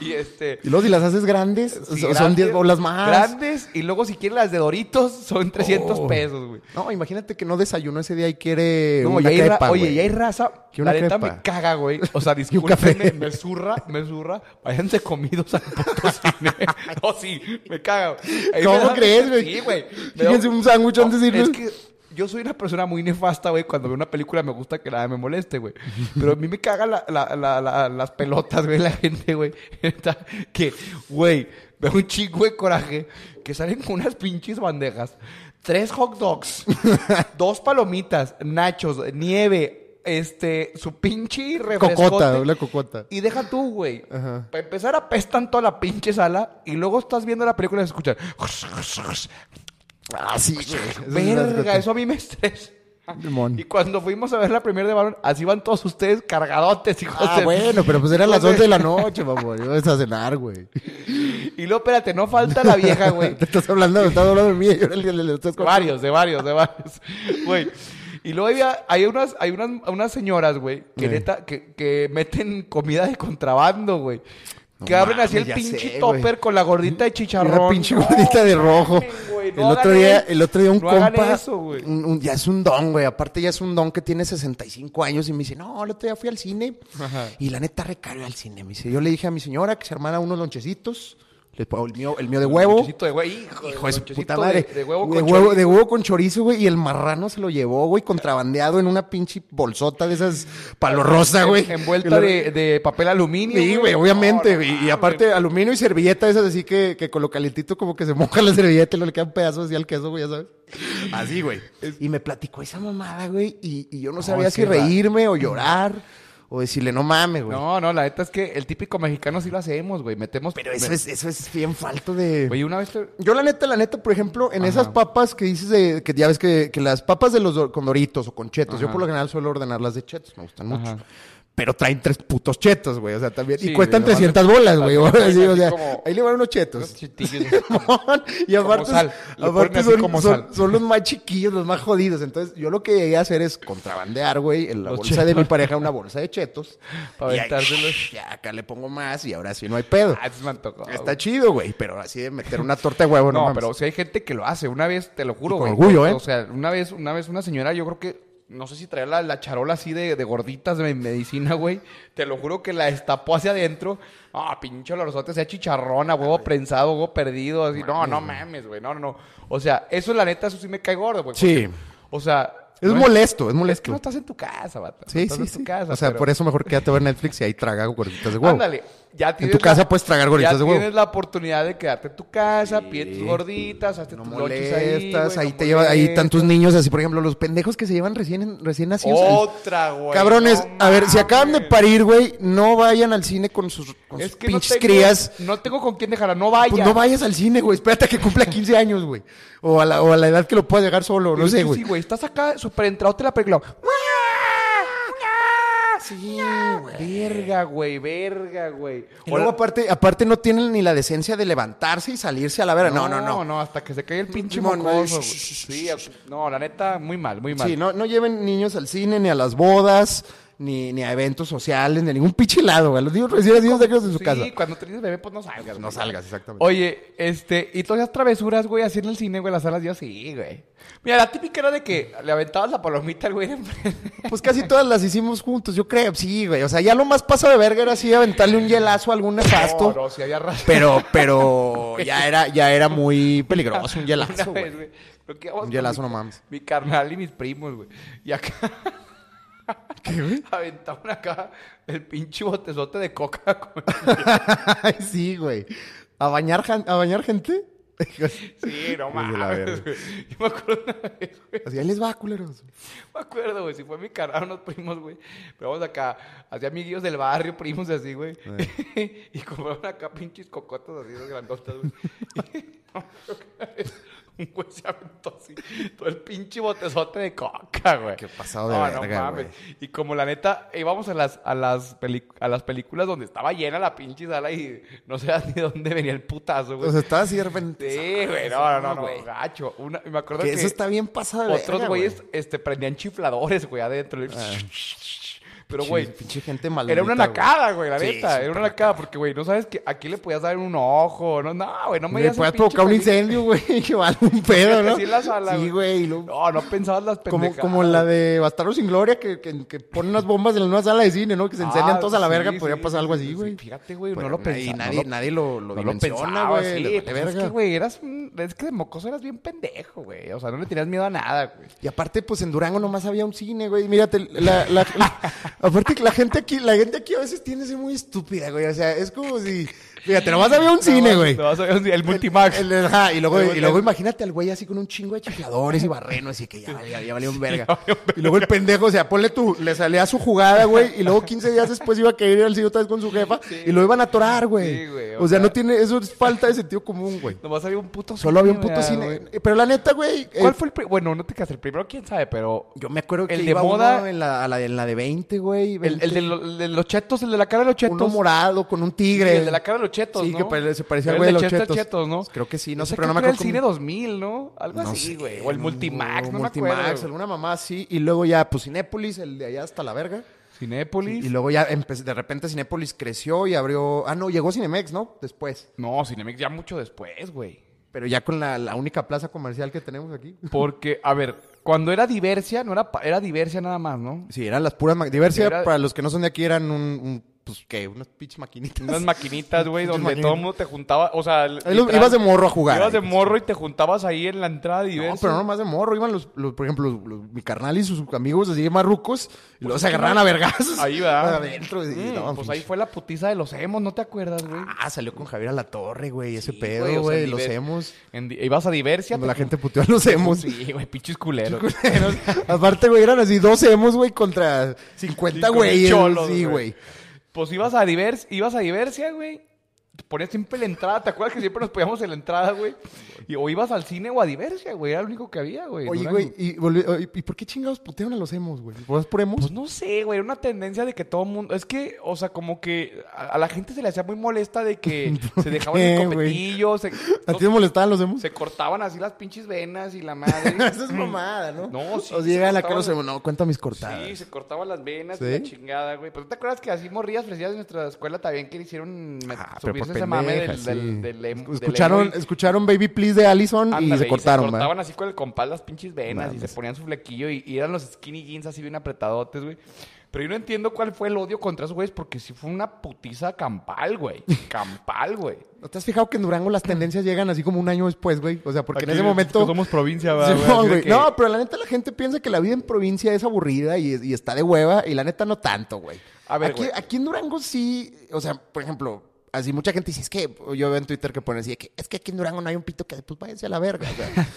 Speaker 2: Y este.
Speaker 1: Y luego si las haces grandes,
Speaker 2: sí,
Speaker 1: so- son
Speaker 2: grandes,
Speaker 1: 10 bolas más.
Speaker 2: Grandes. Y luego, si quieres las de Doritos, son 300
Speaker 1: Oh.
Speaker 2: pesos, güey.
Speaker 1: No, imagínate que no desayunó ese día y quiere
Speaker 2: No,
Speaker 1: una
Speaker 2: y hay ra-
Speaker 1: crepa,
Speaker 2: oye,
Speaker 1: güey.
Speaker 2: y hay raza.
Speaker 1: Que
Speaker 2: La
Speaker 1: una
Speaker 2: neta
Speaker 1: crepa.
Speaker 2: me caga, güey. O sea,
Speaker 1: Y un café.
Speaker 2: discúlpenme, me zurra, me zurra. Váyanse comidos al puto cine. No, sí, me caga. Ahí me
Speaker 1: ¿Cómo
Speaker 2: da-
Speaker 1: crees, güey?
Speaker 2: Sí, güey. Me da-
Speaker 1: Fíjense un sándwich antes de
Speaker 2: No, Oh, Es
Speaker 1: irnos.
Speaker 2: que yo soy una persona muy nefasta, güey. Cuando veo una película me gusta que nada me moleste, güey. Pero a mí me cagan la- la- la- la- las pelotas, güey, la gente, güey. Neta, que, güey, veo un chingo de coraje que salen con unas pinches bandejas. Tres hot dogs, dos palomitas, nachos, nieve, este, su pinche refrescote.
Speaker 1: Cocota, una cocota.
Speaker 2: Y deja tú, güey.
Speaker 1: Ajá.
Speaker 2: Para empezar apestan toda la pinche sala y luego estás viendo la película y se escuchan...
Speaker 1: Ah, sí, güey. Esas son las
Speaker 2: pues, Verga,
Speaker 1: cosas.
Speaker 2: eso a mí me estresa.
Speaker 1: Limón.
Speaker 2: Y cuando fuimos a ver la primera de varón, así van todos ustedes cargadotes, hijos
Speaker 1: Ah,
Speaker 2: de-
Speaker 1: bueno, pero pues eran las
Speaker 2: Entonces-
Speaker 1: 11 de la noche, mamón. Ibas a cenar, güey.
Speaker 2: Y luego, espérate, no falta la vieja, güey.
Speaker 1: Te estás hablando, me estás hablando de mí. Yo le, le- le- le- estás
Speaker 2: De varios, de varios, de varios. Güey. Y luego había, hay unas, hay unas, unas señoras, güey, que
Speaker 1: Sí.
Speaker 2: neta, que, que meten comida de contrabando, güey. que
Speaker 1: No
Speaker 2: abren así el
Speaker 1: mames, ya
Speaker 2: pinche
Speaker 1: sé, güey.
Speaker 2: topper con la gordita de
Speaker 1: Una
Speaker 2: chicharrón.
Speaker 1: pinche gordita de rojo.
Speaker 2: mames, güey, no
Speaker 1: el, otro
Speaker 2: hagan
Speaker 1: día,
Speaker 2: eso.
Speaker 1: el otro día un
Speaker 2: No hagan
Speaker 1: compa.
Speaker 2: eso, güey.
Speaker 1: un- un- ya es un don, güey. Aparte, ya es un don que tiene 65 años y me dice, no, el otro día fui al cine.
Speaker 2: Ajá.
Speaker 1: Y la neta recaro al cine. Me dice, yo le dije a mi señora que se armara unos lonchecitos. le pongo el mío, el mío de huevo.
Speaker 2: Lonchecito de huevo. Hijo,
Speaker 1: Hijo de su
Speaker 2: lonchecito
Speaker 1: puta madre.
Speaker 2: De, de huevo
Speaker 1: de,
Speaker 2: con
Speaker 1: huevo,
Speaker 2: chorizo.
Speaker 1: de huevo con chorizo, güey. Y el marrano se lo llevó, güey, contrabandeado en una pinche bolsota de esas palo rosa,
Speaker 2: En-
Speaker 1: güey. Y
Speaker 2: Envuelta
Speaker 1: lo-
Speaker 2: de, de papel aluminio.
Speaker 1: Sí, güey, obviamente.
Speaker 2: No, no
Speaker 1: güey. y
Speaker 2: mames.
Speaker 1: aparte, aluminio y servilleta esas así que, que con lo calentito como que se moja la servilleta y luego le quedan pedazos así al queso, güey, ya sabes. Así, güey. Y me platicó esa mamada, güey, y, y yo no sabía
Speaker 2: es
Speaker 1: si
Speaker 2: que va.
Speaker 1: reírme o llorar. o decirle, no mames, güey.
Speaker 2: No, no, la neta es que el típico mexicano sí lo hacemos, güey. Metemos.
Speaker 1: Pero eso es, eso es bien falto de.
Speaker 2: Güey, una vez. te-
Speaker 1: Yo la neta, la neta, por ejemplo, en
Speaker 2: Ajá.
Speaker 1: esas papas que dices de, que ya ves que, que las papas de los do- con doritos o con chetos, yo
Speaker 2: Ajá.
Speaker 1: por lo general suelo ordenar las de chetos, me gustan mucho.
Speaker 2: Ajá.
Speaker 1: Pero traen tres putos chetos, güey. O sea, también.
Speaker 2: Sí,
Speaker 1: y cuestan
Speaker 2: güey,
Speaker 1: 300 bolas, güey.
Speaker 2: aparte-
Speaker 1: sí, o
Speaker 2: así
Speaker 1: sea,
Speaker 2: como-
Speaker 1: ahí le van unos chetos.
Speaker 2: Los chitillos.
Speaker 1: y aparte,
Speaker 2: sal, lo ponen
Speaker 1: aparte
Speaker 2: así
Speaker 1: son,
Speaker 2: como
Speaker 1: son-
Speaker 2: sal.
Speaker 1: son los más chiquillos, los más jodidos. Entonces, yo lo que llegué a hacer es contrabandear, güey, en la
Speaker 2: Los
Speaker 1: bolsa de mi pareja una bolsa de chetos.
Speaker 2: Pa'
Speaker 1: y ahí,
Speaker 2: aventárselos.
Speaker 1: ya acá le pongo más y ahora sí no hay pedo.
Speaker 2: Ah, eso me antojó, güey.
Speaker 1: Está chido, güey, pero así de meter una torta de huevo, no,
Speaker 2: No,
Speaker 1: mames.
Speaker 2: pero si hay gente que lo hace. Una vez, te lo juro,
Speaker 1: Y con
Speaker 2: güey.
Speaker 1: orgullo, ¿eh?
Speaker 2: O sea, una vez, una vez una señora, yo creo que, no sé si traía la, la charola así de, de gorditas de medicina, güey. Te lo juro que la destapó hacia adentro. Ah, pinche olorzote, sea chicharrona, huevo prensado, huevo perdido, así. No, no mames, güey. No, no, no. O sea, eso la neta, eso sí me cae gordo, güey.
Speaker 1: Sí.
Speaker 2: porque, O sea.
Speaker 1: Es
Speaker 2: no
Speaker 1: molesto, es
Speaker 2: Es que
Speaker 1: molesto.
Speaker 2: no estás en tu casa, vato. no
Speaker 1: sí,
Speaker 2: estás
Speaker 1: sí,
Speaker 2: en tu
Speaker 1: sí.
Speaker 2: casa,
Speaker 1: o sea,
Speaker 2: pero-
Speaker 1: por eso mejor quédate a ver Netflix y ahí traga gorditas de huevo.
Speaker 2: Ándale, ya tienes
Speaker 1: tu casa puedes tragar gorditas
Speaker 2: ya
Speaker 1: de huevo.
Speaker 2: Tienes la oportunidad de quedarte en tu casa, pide tus gorditas, hazte
Speaker 1: No
Speaker 2: tus lonches ahí.
Speaker 1: molestas, ahí,
Speaker 2: güey, no
Speaker 1: te lleva, ahí están
Speaker 2: molestas.
Speaker 1: tus niños, así por ejemplo, los pendejos que se llevan recién, recién nacidos.
Speaker 2: Otra, Oh, güey.
Speaker 1: Cabrones,
Speaker 2: no
Speaker 1: a ver, si
Speaker 2: mames.
Speaker 1: acaban de parir, güey, no vayan al cine con sus, con
Speaker 2: Es
Speaker 1: sus
Speaker 2: que
Speaker 1: pinches
Speaker 2: no tengo,
Speaker 1: crías.
Speaker 2: No tengo con quién dejarla, no vaya.
Speaker 1: Pues no vayas al cine, güey. Espérate a que cumpla 15 años, güey. O, a la- o a la edad que lo puedas dejar solo,
Speaker 2: Pero
Speaker 1: no
Speaker 2: es
Speaker 1: sé,
Speaker 2: que
Speaker 1: güey.
Speaker 2: Sí, güey, estás acá súper entradote en la película.
Speaker 1: Sí,
Speaker 2: Verga, güey, verga, güey.
Speaker 1: Y
Speaker 2: O
Speaker 1: luego
Speaker 2: la-
Speaker 1: aparte, aparte no tienen ni la decencia de levantarse y salirse a la vera. No, no, no.
Speaker 2: no, hasta que se caiga el pinche
Speaker 1: Simón, güey.
Speaker 2: mocoso, güey. Sí, no, la neta, muy mal, muy mal.
Speaker 1: Sí, no, no lleven niños al cine, ni a las bodas, ni, ni a eventos sociales, ni a ningún pinche lado, güey. Los niños recién niños déjenlos en su
Speaker 2: sí,
Speaker 1: casa.
Speaker 2: cuando tienes bebé, pues no salgas.
Speaker 1: No
Speaker 2: güey.
Speaker 1: salgas, exactamente.
Speaker 2: Oye, este, y todas esas travesuras, güey, así en el cine, güey, las salas yo sí, güey. Mira, la típica era de que le aventabas la palomita al güey de enfrente.
Speaker 1: Pues casi todas las hicimos juntos, yo creo. Sí, güey. O sea, ya lo más paso de verga era así aventarle un hielazo a algún nefasto.
Speaker 2: No, no, si había razón.
Speaker 1: Pero, pero ya era, ya era muy peligroso un hielazo,
Speaker 2: Una vez,
Speaker 1: güey.
Speaker 2: Creo que íbamos
Speaker 1: Un
Speaker 2: con
Speaker 1: hielazo,
Speaker 2: mi-
Speaker 1: no mames.
Speaker 2: Mi carnal y mis primos, güey. Y acá. ¿Qué, güey? Aventaron acá el pinche botezote de coca, güey.
Speaker 1: Ay, sí, güey. ¿A bañar, jan- a bañar gente?
Speaker 2: Sí, no
Speaker 1: Hijos de la verga.
Speaker 2: mames, güey. Yo me acuerdo una vez, güey.
Speaker 1: Así, ahí les va, culeros.
Speaker 2: Me acuerdo, güey, si fue mi canal, unos primos, güey. Pero vamos acá, hacía amiguillos del barrio, primos así, güey.
Speaker 1: Eh.
Speaker 2: y compraron acá pinches cocotas así, esas grandotas, güey. Un güey se aventó así, todo el pinche botezote de coca, güey.
Speaker 1: Qué pasado de verga,
Speaker 2: Y como la neta, íbamos a las, a, las peli- a las películas donde estaba llena la pinche sala y no sé ni dónde venía el putazo, güey.
Speaker 1: O sea, estaba así de repente.
Speaker 2: sí, güey, no, no, no, no, gacho. Una, me acuerdo
Speaker 1: Que
Speaker 2: que...
Speaker 1: eso está bien pasado de verga,
Speaker 2: Otros güeyes este, prendían chifladores, güey, adentro. Pero, güey,
Speaker 1: Ah. Pinche- pinche gente maldita.
Speaker 2: era una
Speaker 1: güey.
Speaker 2: nacada, güey, la
Speaker 1: Sí,
Speaker 2: neta. Era
Speaker 1: súper
Speaker 2: una nacada, porque, güey, no sabes que aquí le podías dar un ojo. No, no, güey, no
Speaker 1: Le
Speaker 2: me digas.
Speaker 1: puedes provocar un incendio, güey. Que vale un pedo, ¿no?
Speaker 2: Así en la sala,
Speaker 1: Sí,
Speaker 2: güey.
Speaker 1: güey. y luego-
Speaker 2: No, no pensabas las
Speaker 1: Como,
Speaker 2: pendejadas.
Speaker 1: como la de Bastardo sin Gloria, que, que, que ponen unas bombas en la nueva sala de cine, ¿no? Que se incendian
Speaker 2: Ah,
Speaker 1: todos a la
Speaker 2: sí,
Speaker 1: verga.
Speaker 2: sí,
Speaker 1: podría pasar algo
Speaker 2: sí,
Speaker 1: así,
Speaker 2: sí,
Speaker 1: güey.
Speaker 2: Fíjate, güey,
Speaker 1: Pero
Speaker 2: no lo
Speaker 1: nadie-
Speaker 2: pensaba.
Speaker 1: nadie,
Speaker 2: no lo-
Speaker 1: nadie lo, lo
Speaker 2: no lo
Speaker 1: dimensiona,
Speaker 2: pensaba,
Speaker 1: güey.
Speaker 2: sí,
Speaker 1: le vale
Speaker 2: pues es que,
Speaker 1: verga.
Speaker 2: güey, eras un- es que de mocoso eras bien pendejo, güey. O sea, no le tenías miedo a nada, güey.
Speaker 1: Y aparte, pues en Durango nomás había un cine, güey. Mírate, la, la, la- aparte que la gente aquí, la gente aquí a veces tiene que ser muy estúpida, güey. O sea, es como si, fíjate, nomás había un cine, güey.
Speaker 2: No, no, el Multimax.
Speaker 1: El- el- ajá, y luego,
Speaker 2: El-
Speaker 1: y luego imagínate al güey así con un chingo de chifladores y barreno, así que ya, valía- ya valía un verga.
Speaker 2: ya valía un
Speaker 1: Y luego el pendejo, o sea, ponle tú, le salía su jugada, güey, y luego 15 días después iba a querer ir al sitio otra vez con su jefa y lo iban a atorar, güey.
Speaker 2: Sí, güey,
Speaker 1: o,
Speaker 2: o
Speaker 1: sea,
Speaker 2: sea-
Speaker 1: no tiene, eso es falta de sentido común, güey.
Speaker 2: Nomás había un puto
Speaker 1: Solo había un
Speaker 2: güey,
Speaker 1: puto
Speaker 2: ah,
Speaker 1: cine.
Speaker 2: güey.
Speaker 1: Eh, Pero la neta, güey. eh,
Speaker 2: ¿Cuál fue el primero? Bueno, no te quedas el primero, quién sabe, pero.
Speaker 1: Yo me acuerdo que
Speaker 2: El de
Speaker 1: iba
Speaker 2: moda-
Speaker 1: uno en la, a la, de- en la de 20, güey.
Speaker 2: El,
Speaker 1: 20,
Speaker 2: el de, lo- el de los chetos, el de la cara de los chetos.
Speaker 1: uno morado con un tigre.
Speaker 2: Sí, el de la cara de los chetos,
Speaker 1: Sí,
Speaker 2: ¿no?
Speaker 1: que pare- se parecía al
Speaker 2: Era
Speaker 1: güey de
Speaker 2: el
Speaker 1: los
Speaker 2: Chester
Speaker 1: chetos.
Speaker 2: ¿no?
Speaker 1: Creo que sí, no
Speaker 2: Ese
Speaker 1: sé, pero no me
Speaker 2: creo
Speaker 1: acuerdo
Speaker 2: que era el
Speaker 1: cómo-
Speaker 2: cine 2000, ¿no? Algo
Speaker 1: No
Speaker 2: así,
Speaker 1: sé,
Speaker 2: güey. O el
Speaker 1: un-
Speaker 2: Multimax, no me
Speaker 1: mm, Multimax,
Speaker 2: acuerdo.
Speaker 1: alguna mamá así. Y luego ya, pues Cinépolis, el de allá hasta la verga.
Speaker 2: Cinépolis.
Speaker 1: Y luego ya, empe- de repente Cinépolis creció y abrió. Ah, no, llegó Cinemex, ¿no? Después.
Speaker 2: No, Cinemex ya mucho después, güey.
Speaker 1: Pero ya con la, la única plaza comercial que tenemos aquí.
Speaker 2: Porque, a ver, cuando era Diversia, no era, pa- era Diversia nada más, ¿no?
Speaker 1: Sí, eran las puras. ma- Diversidad,
Speaker 2: Era-
Speaker 1: para los que no son de aquí, eran un, un pues, ¿qué? Unas pinches maquinitas.
Speaker 2: Unas maquinitas, güey,
Speaker 1: Pinches
Speaker 2: donde
Speaker 1: maquinitas.
Speaker 2: todo el mundo te juntaba, o sea...
Speaker 1: Ahí lo- ibas de morro a jugar.
Speaker 2: Ibas de morro y te juntabas ahí en la entrada diversa.
Speaker 1: No, pero no más de morro. Iban los, los- por ejemplo, los- los- mi carnal y sus amigos así marrucos. Y luego se agarraban a vergazos.
Speaker 2: Pues, Ahí va.
Speaker 1: Adentro. y-
Speaker 2: Mm,
Speaker 1: no,
Speaker 2: pues
Speaker 1: pinche-
Speaker 2: ahí fue la putiza de los emos, ¿no te acuerdas, güey?
Speaker 1: Ah, salió con Javier a la torre, güey. Ese
Speaker 2: Sí,
Speaker 1: pedo,
Speaker 2: güey,
Speaker 1: güey.
Speaker 2: o sea, ni
Speaker 1: los
Speaker 2: ver-
Speaker 1: hemos.
Speaker 2: En di- ibas a diversia.
Speaker 1: Cuando la
Speaker 2: te-
Speaker 1: gente puteó a los hemos.
Speaker 2: Sí, güey, pinches culeros.
Speaker 1: Aparte, güey, eran así dos hemos, güey, contra 50
Speaker 2: Sí, con
Speaker 1: güeyes.
Speaker 2: cholos,
Speaker 1: Sí,
Speaker 2: güey.
Speaker 1: güey.
Speaker 2: Pues ibas a divers, ibas a diversia, güey. Te ponías siempre la entrada, ¿te acuerdas que siempre nos poníamos en la entrada, güey? Y, o ibas al cine o a diversia, güey, era lo único que había, güey.
Speaker 1: Oye,
Speaker 2: Durango.
Speaker 1: güey, y, volvi- ¿y por qué chingados putearon a los hemos, güey? ¿Por por hemos?
Speaker 2: Pues no sé, güey, era una tendencia de que todo el mundo... Es que, o sea, como que a, a la gente se le hacía muy molesta de que se dejaban
Speaker 1: qué,
Speaker 2: el
Speaker 1: güey?
Speaker 2: copetillo, se,
Speaker 1: ¿A ti te molestaban los hemos?
Speaker 2: Pues, se cortaban así las pinches venas y la madre.
Speaker 1: Esa es mamada, ¿no?
Speaker 2: No, sí,
Speaker 1: O sea,
Speaker 2: sí,
Speaker 1: llegan acá
Speaker 2: estaban-
Speaker 1: los hemos. No, cuenta mis cortadas.
Speaker 2: Sí, se cortaban las venas y
Speaker 1: ¿Sí?
Speaker 2: la chingada, güey. Pero ¿tú te acuerdas que así morrías fresillas en nuestra escuela también que le hicieron met-
Speaker 1: Ah, pero
Speaker 2: subirse
Speaker 1: por
Speaker 2: ese mame del,
Speaker 1: pendejas, sí.
Speaker 2: del, del em- del
Speaker 1: escucharon,
Speaker 2: emo y-
Speaker 1: escucharon Baby Please de Allison
Speaker 2: Ándale,
Speaker 1: y se cortaron, ¿verdad?
Speaker 2: cortaban así con el compás las pinches venas y se
Speaker 1: Mames.
Speaker 2: ponían su flequillo y, y eran los skinny jeans así bien apretadotes, güey. Pero yo no entiendo cuál fue el odio contra esos güeyes porque sí fue una putiza campal, güey. Campal, güey.
Speaker 1: ¿No te has fijado que en Durango las tendencias llegan así como un año después, güey? O sea, porque en
Speaker 2: Aquí
Speaker 1: ese momento...
Speaker 2: que somos provincia, ¿verdad,
Speaker 1: Simón,
Speaker 2: güey? Así de
Speaker 1: güey.
Speaker 2: que-
Speaker 1: No, pero la neta la gente piensa que la vida en provincia es aburrida y, y está de hueva y la neta no tanto, güey.
Speaker 2: A ver,
Speaker 1: aquí,
Speaker 2: güey.
Speaker 1: aquí en Durango sí, o sea, por ejemplo, así mucha gente dice, es que yo veo en Twitter que ponen así, de que es que aquí en Durango no hay un pito que pues váyanse a la verga. o sea.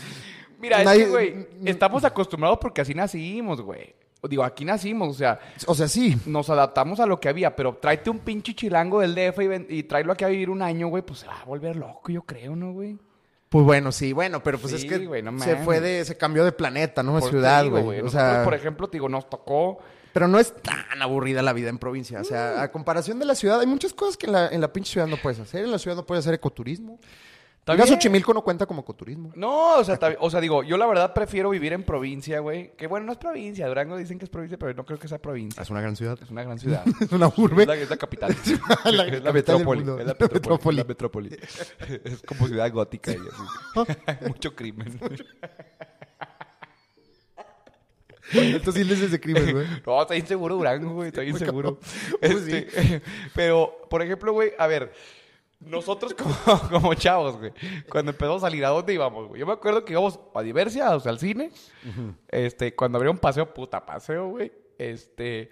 Speaker 2: Mira,
Speaker 1: Nadie-
Speaker 2: es que, güey, estamos acostumbrados porque así nacimos, güey. Digo, aquí nacimos, o sea,
Speaker 1: o sea, sí.
Speaker 2: nos adaptamos a lo que había, pero tráete un pinche chilango del DF y, ven- y tráelo aquí a vivir un año, güey, pues se va a volver loco, yo creo, ¿no, güey?
Speaker 1: Pues bueno, sí, bueno, pero pues es
Speaker 2: Sí,
Speaker 1: que
Speaker 2: güey, no
Speaker 1: se
Speaker 2: mames.
Speaker 1: fue de, se cambió de planeta, ¿no? De
Speaker 2: Por eso te
Speaker 1: ciudad,
Speaker 2: digo,
Speaker 1: güey. O
Speaker 2: Nosotros,
Speaker 1: sea,
Speaker 2: por ejemplo, te digo, nos tocó
Speaker 1: pero no es tan aburrida la vida en provincia. O sea, a comparación de la ciudad, hay muchas cosas que en la, en la pinche ciudad no puedes hacer. En la ciudad no puedes hacer ecoturismo.
Speaker 2: También.
Speaker 1: También Xochimilco no cuenta como ecoturismo.
Speaker 2: No, o sea, tabi- o sea, digo, yo la verdad prefiero vivir en provincia, güey. Que bueno, no es provincia. Durango dicen que es provincia, pero no creo que sea provincia.
Speaker 1: Es una gran ciudad.
Speaker 2: Es una gran ciudad.
Speaker 1: Es una urbe.
Speaker 2: Es la, es la capital.
Speaker 1: La
Speaker 2: es la
Speaker 1: capital del
Speaker 2: metrópoli.
Speaker 1: mundo.
Speaker 2: Es la
Speaker 1: La
Speaker 2: metrópoli. es la metrópoli. Es como ciudad gótica. y
Speaker 1: Ah.
Speaker 2: así. Mucho crimen.
Speaker 1: Esto sí les de crimen, Pues, güey.
Speaker 2: No, está inseguro Durango, güey. Está inseguro.
Speaker 1: Pues sí.
Speaker 2: Este, Pero, por ejemplo, güey, a ver. Nosotros como, como chavos, güey, cuando empezamos a salir, ¿a dónde íbamos, güey? Yo me acuerdo que íbamos a Diversia, o sea, al cine. Este, cuando abrieron paseo, puta, paseo, güey. Este,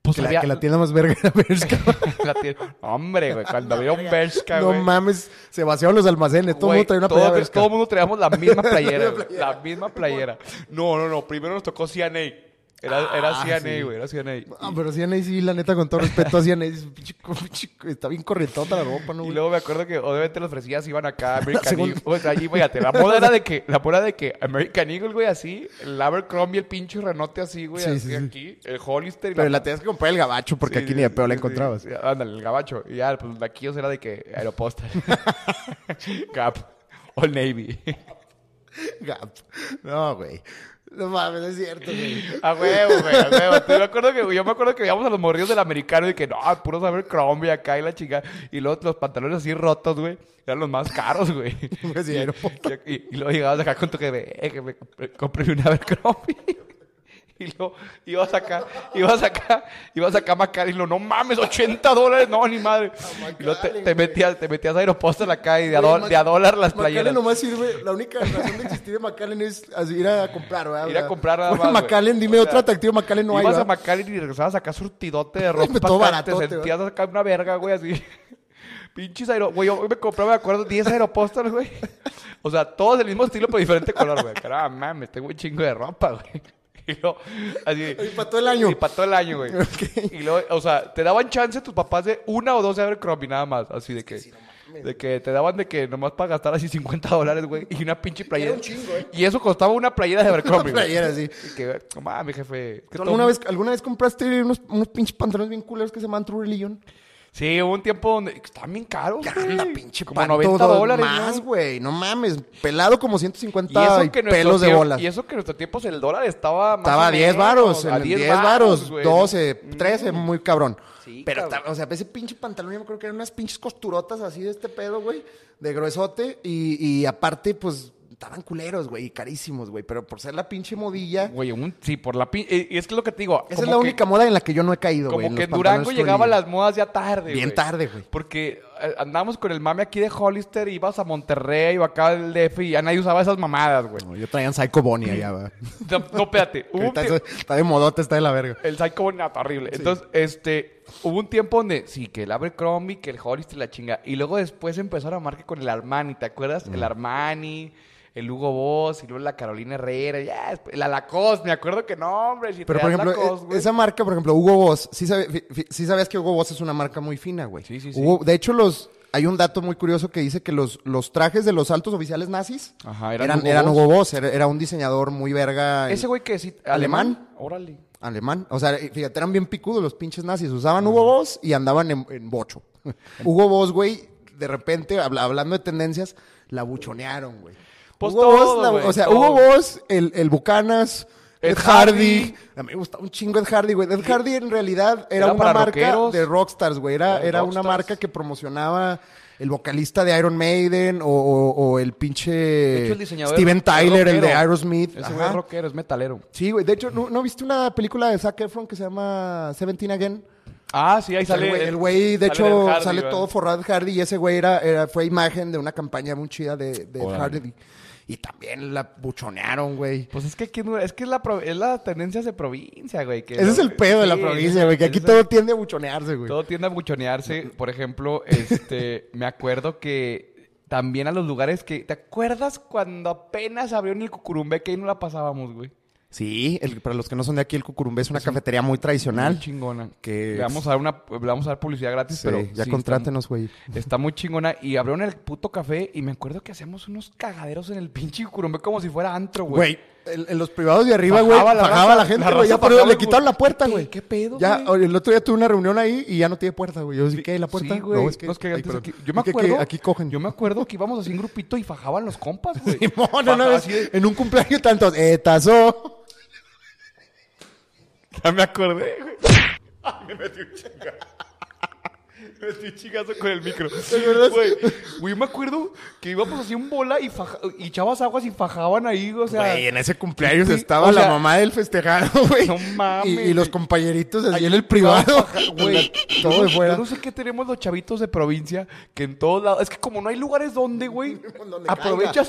Speaker 2: pues
Speaker 1: Que la,
Speaker 2: había-
Speaker 1: que la tienda más verga era Bershka.
Speaker 2: la tienda- Hombre, güey, cuando abrieron Bershka,
Speaker 1: No
Speaker 2: güey.
Speaker 1: mames, se vaciaron los almacenes. Todo el
Speaker 2: Güey,
Speaker 1: mundo traía una
Speaker 2: todo-
Speaker 1: playera Bershka.
Speaker 2: Todo el mundo traíamos la misma playera, güey, La misma playera. No, no, no. Primero nos tocó CNA. Era, era
Speaker 1: Ah,
Speaker 2: CNA,
Speaker 1: sí.
Speaker 2: güey. Era CNA.
Speaker 1: Ah, pero CNA sí, la neta, con todo respeto a CNA, es un pinche- pinche- está bien corrientota la ropa, ¿no,
Speaker 2: Y
Speaker 1: güey?
Speaker 2: luego me acuerdo que obviamente los fresillas iban acá, American
Speaker 1: segunda-
Speaker 2: Eagle. O sea, allí, fíjate, la moda era de que, la moda de que American Eagle, güey, así, el Abercrombie, el pinche renote así, güey,
Speaker 1: Sí,
Speaker 2: así
Speaker 1: sí, sí.
Speaker 2: aquí, el Hollister. y
Speaker 1: Pero la tenías que comprar el gabacho porque
Speaker 2: Sí,
Speaker 1: aquí ni de peor la
Speaker 2: sí,
Speaker 1: encontrabas.
Speaker 2: sí. Ándale, el gabacho. Y ya, pues de aquí yo era de que Aeropostal, Gap, All Navy.
Speaker 1: Gap. No, güey. No mames, es cierto, güey.
Speaker 2: A huevo, güey, a huevo. Tú, me acuerdo que, yo me acuerdo que íbamos a los morrillos del americano y que no, puro saber Crombie acá y la chica. Y luego los pantalones así rotos, güey. Eran los más caros, güey.
Speaker 1: Pues sí,
Speaker 2: Y-
Speaker 1: aeropuerto.
Speaker 2: y, y luego llegabas acá con tu jefe, eh, que me compré una Abercrombie. Y luego ibas acá, ibas acá, ibas acá a Macal y lo, no mames, 80 dólares, no, ni madre. Y luego te, te metías, te metías a Aeropostal acá y de a,
Speaker 1: Güey,
Speaker 2: dol-
Speaker 1: Mac-
Speaker 2: de a dólar las
Speaker 1: McAllen
Speaker 2: playeras.
Speaker 1: nomás sirve, la única razón de existir de McAllen es así, ir a comprar, ¿verdad?
Speaker 2: Ir a comprar nada
Speaker 1: Bueno,
Speaker 2: más, güey.
Speaker 1: McAllen, dime
Speaker 2: O
Speaker 1: otro
Speaker 2: sea,
Speaker 1: atractivo McAllen no hay,
Speaker 2: Ibas a
Speaker 1: ¿verdad?
Speaker 2: Macal y regresabas acá surtidote de ropa.
Speaker 1: Todo
Speaker 2: acá,
Speaker 1: baratote,
Speaker 2: Te sentías acá una verga, güey, así. Pinches aero... Güey, yo me compraba, me acuerdo, 10 aeropostales, güey. O sea, todos del mismo estilo, pero diferente color, güey. Caramba, mames, tengo un chingo de ropa, güey. Y luego, así...
Speaker 1: Y para todo el año.
Speaker 2: Y para todo el año, güey.
Speaker 1: Ok.
Speaker 2: Y luego, o sea, te daban chance tus papás de una o dos de Abercrombie nada más. Así de que. de que te daban de que nomás para gastar así 50 dólares, güey. Y una pinche playera.
Speaker 1: un chingo, ¿eh?
Speaker 2: Y eso costaba una playera de Abercrombie. güey.
Speaker 1: playera, sí.
Speaker 2: Y que, no mames, jefe. es que
Speaker 1: ¿Tú
Speaker 2: todo-
Speaker 1: ¿Alguna vez, ¿Alguna vez compraste unos, unos pinches pantalones bien culeros que se llaman True Religion?
Speaker 2: Sí, hubo un tiempo donde estaban bien caros, güey.
Speaker 1: Anda, pinche
Speaker 2: Como
Speaker 1: panto,
Speaker 2: 90
Speaker 1: dos
Speaker 2: dólares.
Speaker 1: Más,
Speaker 2: ¿no?
Speaker 1: güey. No mames. Pelado como 150 y,
Speaker 2: nuestro
Speaker 1: pelos de
Speaker 2: tiempo-
Speaker 1: bolas.
Speaker 2: Y eso que en nuestro tiempo pues, el dólar estaba más
Speaker 1: Estaba
Speaker 2: o
Speaker 1: a 10
Speaker 2: menos,
Speaker 1: varos,
Speaker 2: a
Speaker 1: en el 10 varos,
Speaker 2: güey. Mm.
Speaker 1: 12, 13, muy cabrón.
Speaker 2: Sí,
Speaker 1: Pero
Speaker 2: cabrón.
Speaker 1: estaba- o sea, ese pinche pantalón, yo me acuerdo que eran unas pinches costurotas así de este pedo, güey, de gruesote. Y, y aparte, pues, estaban culeros, güey, y carísimos, güey. Pero por ser la pinche modilla.
Speaker 2: Güey, un- sí, por la pin... eh, Y y es que es lo que te digo.
Speaker 1: Esa
Speaker 2: como
Speaker 1: es la
Speaker 2: que-
Speaker 1: única moda en la que yo no he caído, güey.
Speaker 2: Como
Speaker 1: en
Speaker 2: que
Speaker 1: los
Speaker 2: en Durango
Speaker 1: pantalones
Speaker 2: llegaba a
Speaker 1: cuello.
Speaker 2: las modas ya tarde,
Speaker 1: Bien
Speaker 2: güey.
Speaker 1: tarde, güey.
Speaker 2: Porque eh, andábamos con el mame aquí de Hollister, ibas a Monterrey o acá al DF y ya nadie usaba esas mamadas, güey.
Speaker 1: No, yo traían Psycho Bonnie allá, va.
Speaker 2: No, no, espérate. Hubo un
Speaker 1: Ahorita
Speaker 2: tie-
Speaker 1: eso- está de modota, está de la verga.
Speaker 2: El Psycho Bonnie era horrible. Entonces, este, hubo un tiempo donde sí, que el Abercrombie, que el Hollister, la chinga. Y luego después empezaron a marcar con el Armani, ¿te acuerdas?
Speaker 1: Mm.
Speaker 2: El Armani, el Hugo Boss, y luego la Carolina Herrera, ya, después- la Lacoste, me acuerdo que no, hombre. Si
Speaker 1: Pero, por
Speaker 2: traías
Speaker 1: ejemplo,
Speaker 2: Lacoste,
Speaker 1: eh,
Speaker 2: güey.
Speaker 1: esa marca, por ejemplo, Hugo Boss, sí, sabe- fi- fi- sí sabías que Hugo Boss es una marca muy fina, güey.
Speaker 2: Sí, sí, sí.
Speaker 1: Hugo- de hecho, los, hay un dato muy curioso que dice que los, los trajes de los altos oficiales nazis
Speaker 2: Ajá,
Speaker 1: eran,
Speaker 2: eran
Speaker 1: eran Hugo,
Speaker 2: Hugo
Speaker 1: Boss, era, era un diseñador muy verga.
Speaker 2: Ese güey que sí,
Speaker 1: ¿Alemán?
Speaker 2: alemán. Órale.
Speaker 1: Alemán. O sea, eh, fíjate, eran bien picudos los pinches nazis. Usaban Hugo Boss y andaban en, en bocho. Hugo Boss, güey, de repente, habla- hablando de tendencias, la buchonearon, güey.
Speaker 2: Pues
Speaker 1: Hugo
Speaker 2: todo,
Speaker 1: Boss, la-
Speaker 2: güey,
Speaker 1: o sea,
Speaker 2: todo.
Speaker 1: Hugo Boss, el, el Bucanas,
Speaker 2: Ed
Speaker 1: Ed Hardy.
Speaker 2: Hardy.
Speaker 1: A mí me gustaba un chingo Ed Hardy, güey. Ed Hardy en realidad era,
Speaker 2: Era
Speaker 1: una
Speaker 2: para
Speaker 1: marca
Speaker 2: rockeros.
Speaker 1: de rockstars, güey. Era,
Speaker 2: Era
Speaker 1: era una
Speaker 2: rockstars.
Speaker 1: marca que promocionaba el vocalista de Iron Maiden o, o- o el pinche
Speaker 2: hecho, el diseñador
Speaker 1: Steven
Speaker 2: es
Speaker 1: Tyler, el de
Speaker 2: rockero.
Speaker 1: Aerosmith.
Speaker 2: Ese güey es
Speaker 1: Ajá.
Speaker 2: rockero, es metalero.
Speaker 1: Sí, güey. De hecho, ¿no, no viste una película de Zac Efron que se llama Seventeen Again?
Speaker 2: Ah, sí, ahí
Speaker 1: O sea, Pues el
Speaker 2: sale.
Speaker 1: güey- el güey, de
Speaker 2: sale
Speaker 1: hecho,
Speaker 2: Ed Hardy,
Speaker 1: sale
Speaker 2: güey.
Speaker 1: todo forrado de Hardy y ese güey era, era- fue imagen de una campaña muy chida de, de
Speaker 2: Órale.
Speaker 1: Hardy. Y también la buchonearon, güey.
Speaker 2: Pues es que aquí en Dura- es que es la, pro- es la tendencia de provincia, güey. que
Speaker 1: Ese
Speaker 2: lo-
Speaker 1: es el pedo de la
Speaker 2: sí,
Speaker 1: provincia, güey, que
Speaker 2: ese
Speaker 1: aquí
Speaker 2: es
Speaker 1: todo tiende a buchonearse, güey.
Speaker 2: Todo tiende a buchonearse. Por ejemplo, este, me acuerdo que también a los lugares que. ¿Te acuerdas cuando apenas abrieron el cucurumbé que ahí no la pasábamos, güey?
Speaker 1: Sí, el- para los que no son de aquí, el Cucurumbé es una cafetería muy tradicional.
Speaker 2: Muy chingona.
Speaker 1: Que
Speaker 2: Le vamos a dar una, le vamos a dar publicidad gratis,
Speaker 1: Sí,
Speaker 2: pero.
Speaker 1: ya
Speaker 2: sí,
Speaker 1: contrátenos, güey.
Speaker 2: Está, está muy chingona. Y abrieron el puto café y me acuerdo que hacíamos unos cagaderos en el pinche cucurumbé como si fuera antro, güey.
Speaker 1: Güey, en, en los privados de arriba, güey,
Speaker 2: Bajaba
Speaker 1: bajaba
Speaker 2: la
Speaker 1: la,
Speaker 2: raza,
Speaker 1: gente,
Speaker 2: la
Speaker 1: güey. Ya
Speaker 2: raza
Speaker 1: por eso
Speaker 2: bajaba
Speaker 1: le
Speaker 2: y-
Speaker 1: quitaron la puerta,
Speaker 2: ¿Qué-
Speaker 1: güey.
Speaker 2: qué pedo,
Speaker 1: Ya,
Speaker 2: güey?
Speaker 1: oye, el otro día tuve una reunión ahí y ya no tiene puerta, güey. Yo sí, ¿qué? ¿La puerta?
Speaker 2: Sí, güey.
Speaker 1: No, es que-
Speaker 2: Los que
Speaker 1: ay,
Speaker 2: antes
Speaker 1: perdón.
Speaker 2: aquí- Yo me
Speaker 1: Es que
Speaker 2: acuerdo.
Speaker 1: aquí- aquí cogen.
Speaker 2: Yo me acuerdo que íbamos así en grupito y fajaban los compas, güey.
Speaker 1: Simón, una vez,
Speaker 2: Así de-
Speaker 1: en un cumpleaños tantos, eh, tazó.
Speaker 2: Ya me acordé, güey. Ay, me metí un chingazo. Me metí un chingazo con el micro. Güey, güey, me acuerdo que íbamos así en bola y, faja- y echabas aguas y fajaban ahí, o sea.
Speaker 1: Güey, en ese cumpleaños
Speaker 2: sí,
Speaker 1: estaba
Speaker 2: o
Speaker 1: la
Speaker 2: sea,
Speaker 1: mamá del festejado, güey.
Speaker 2: no mames,
Speaker 1: Y, y los
Speaker 2: güey.
Speaker 1: compañeritos así
Speaker 2: ahí
Speaker 1: en el
Speaker 2: estaban
Speaker 1: privado.
Speaker 2: faja- Güey, yo
Speaker 1: Todo
Speaker 2: no-
Speaker 1: de fuera.
Speaker 2: Yo no sé qué tenemos los chavitos de provincia que en todos lados. Es que como no hay lugares donde, güey,
Speaker 1: Donde
Speaker 2: aprovechas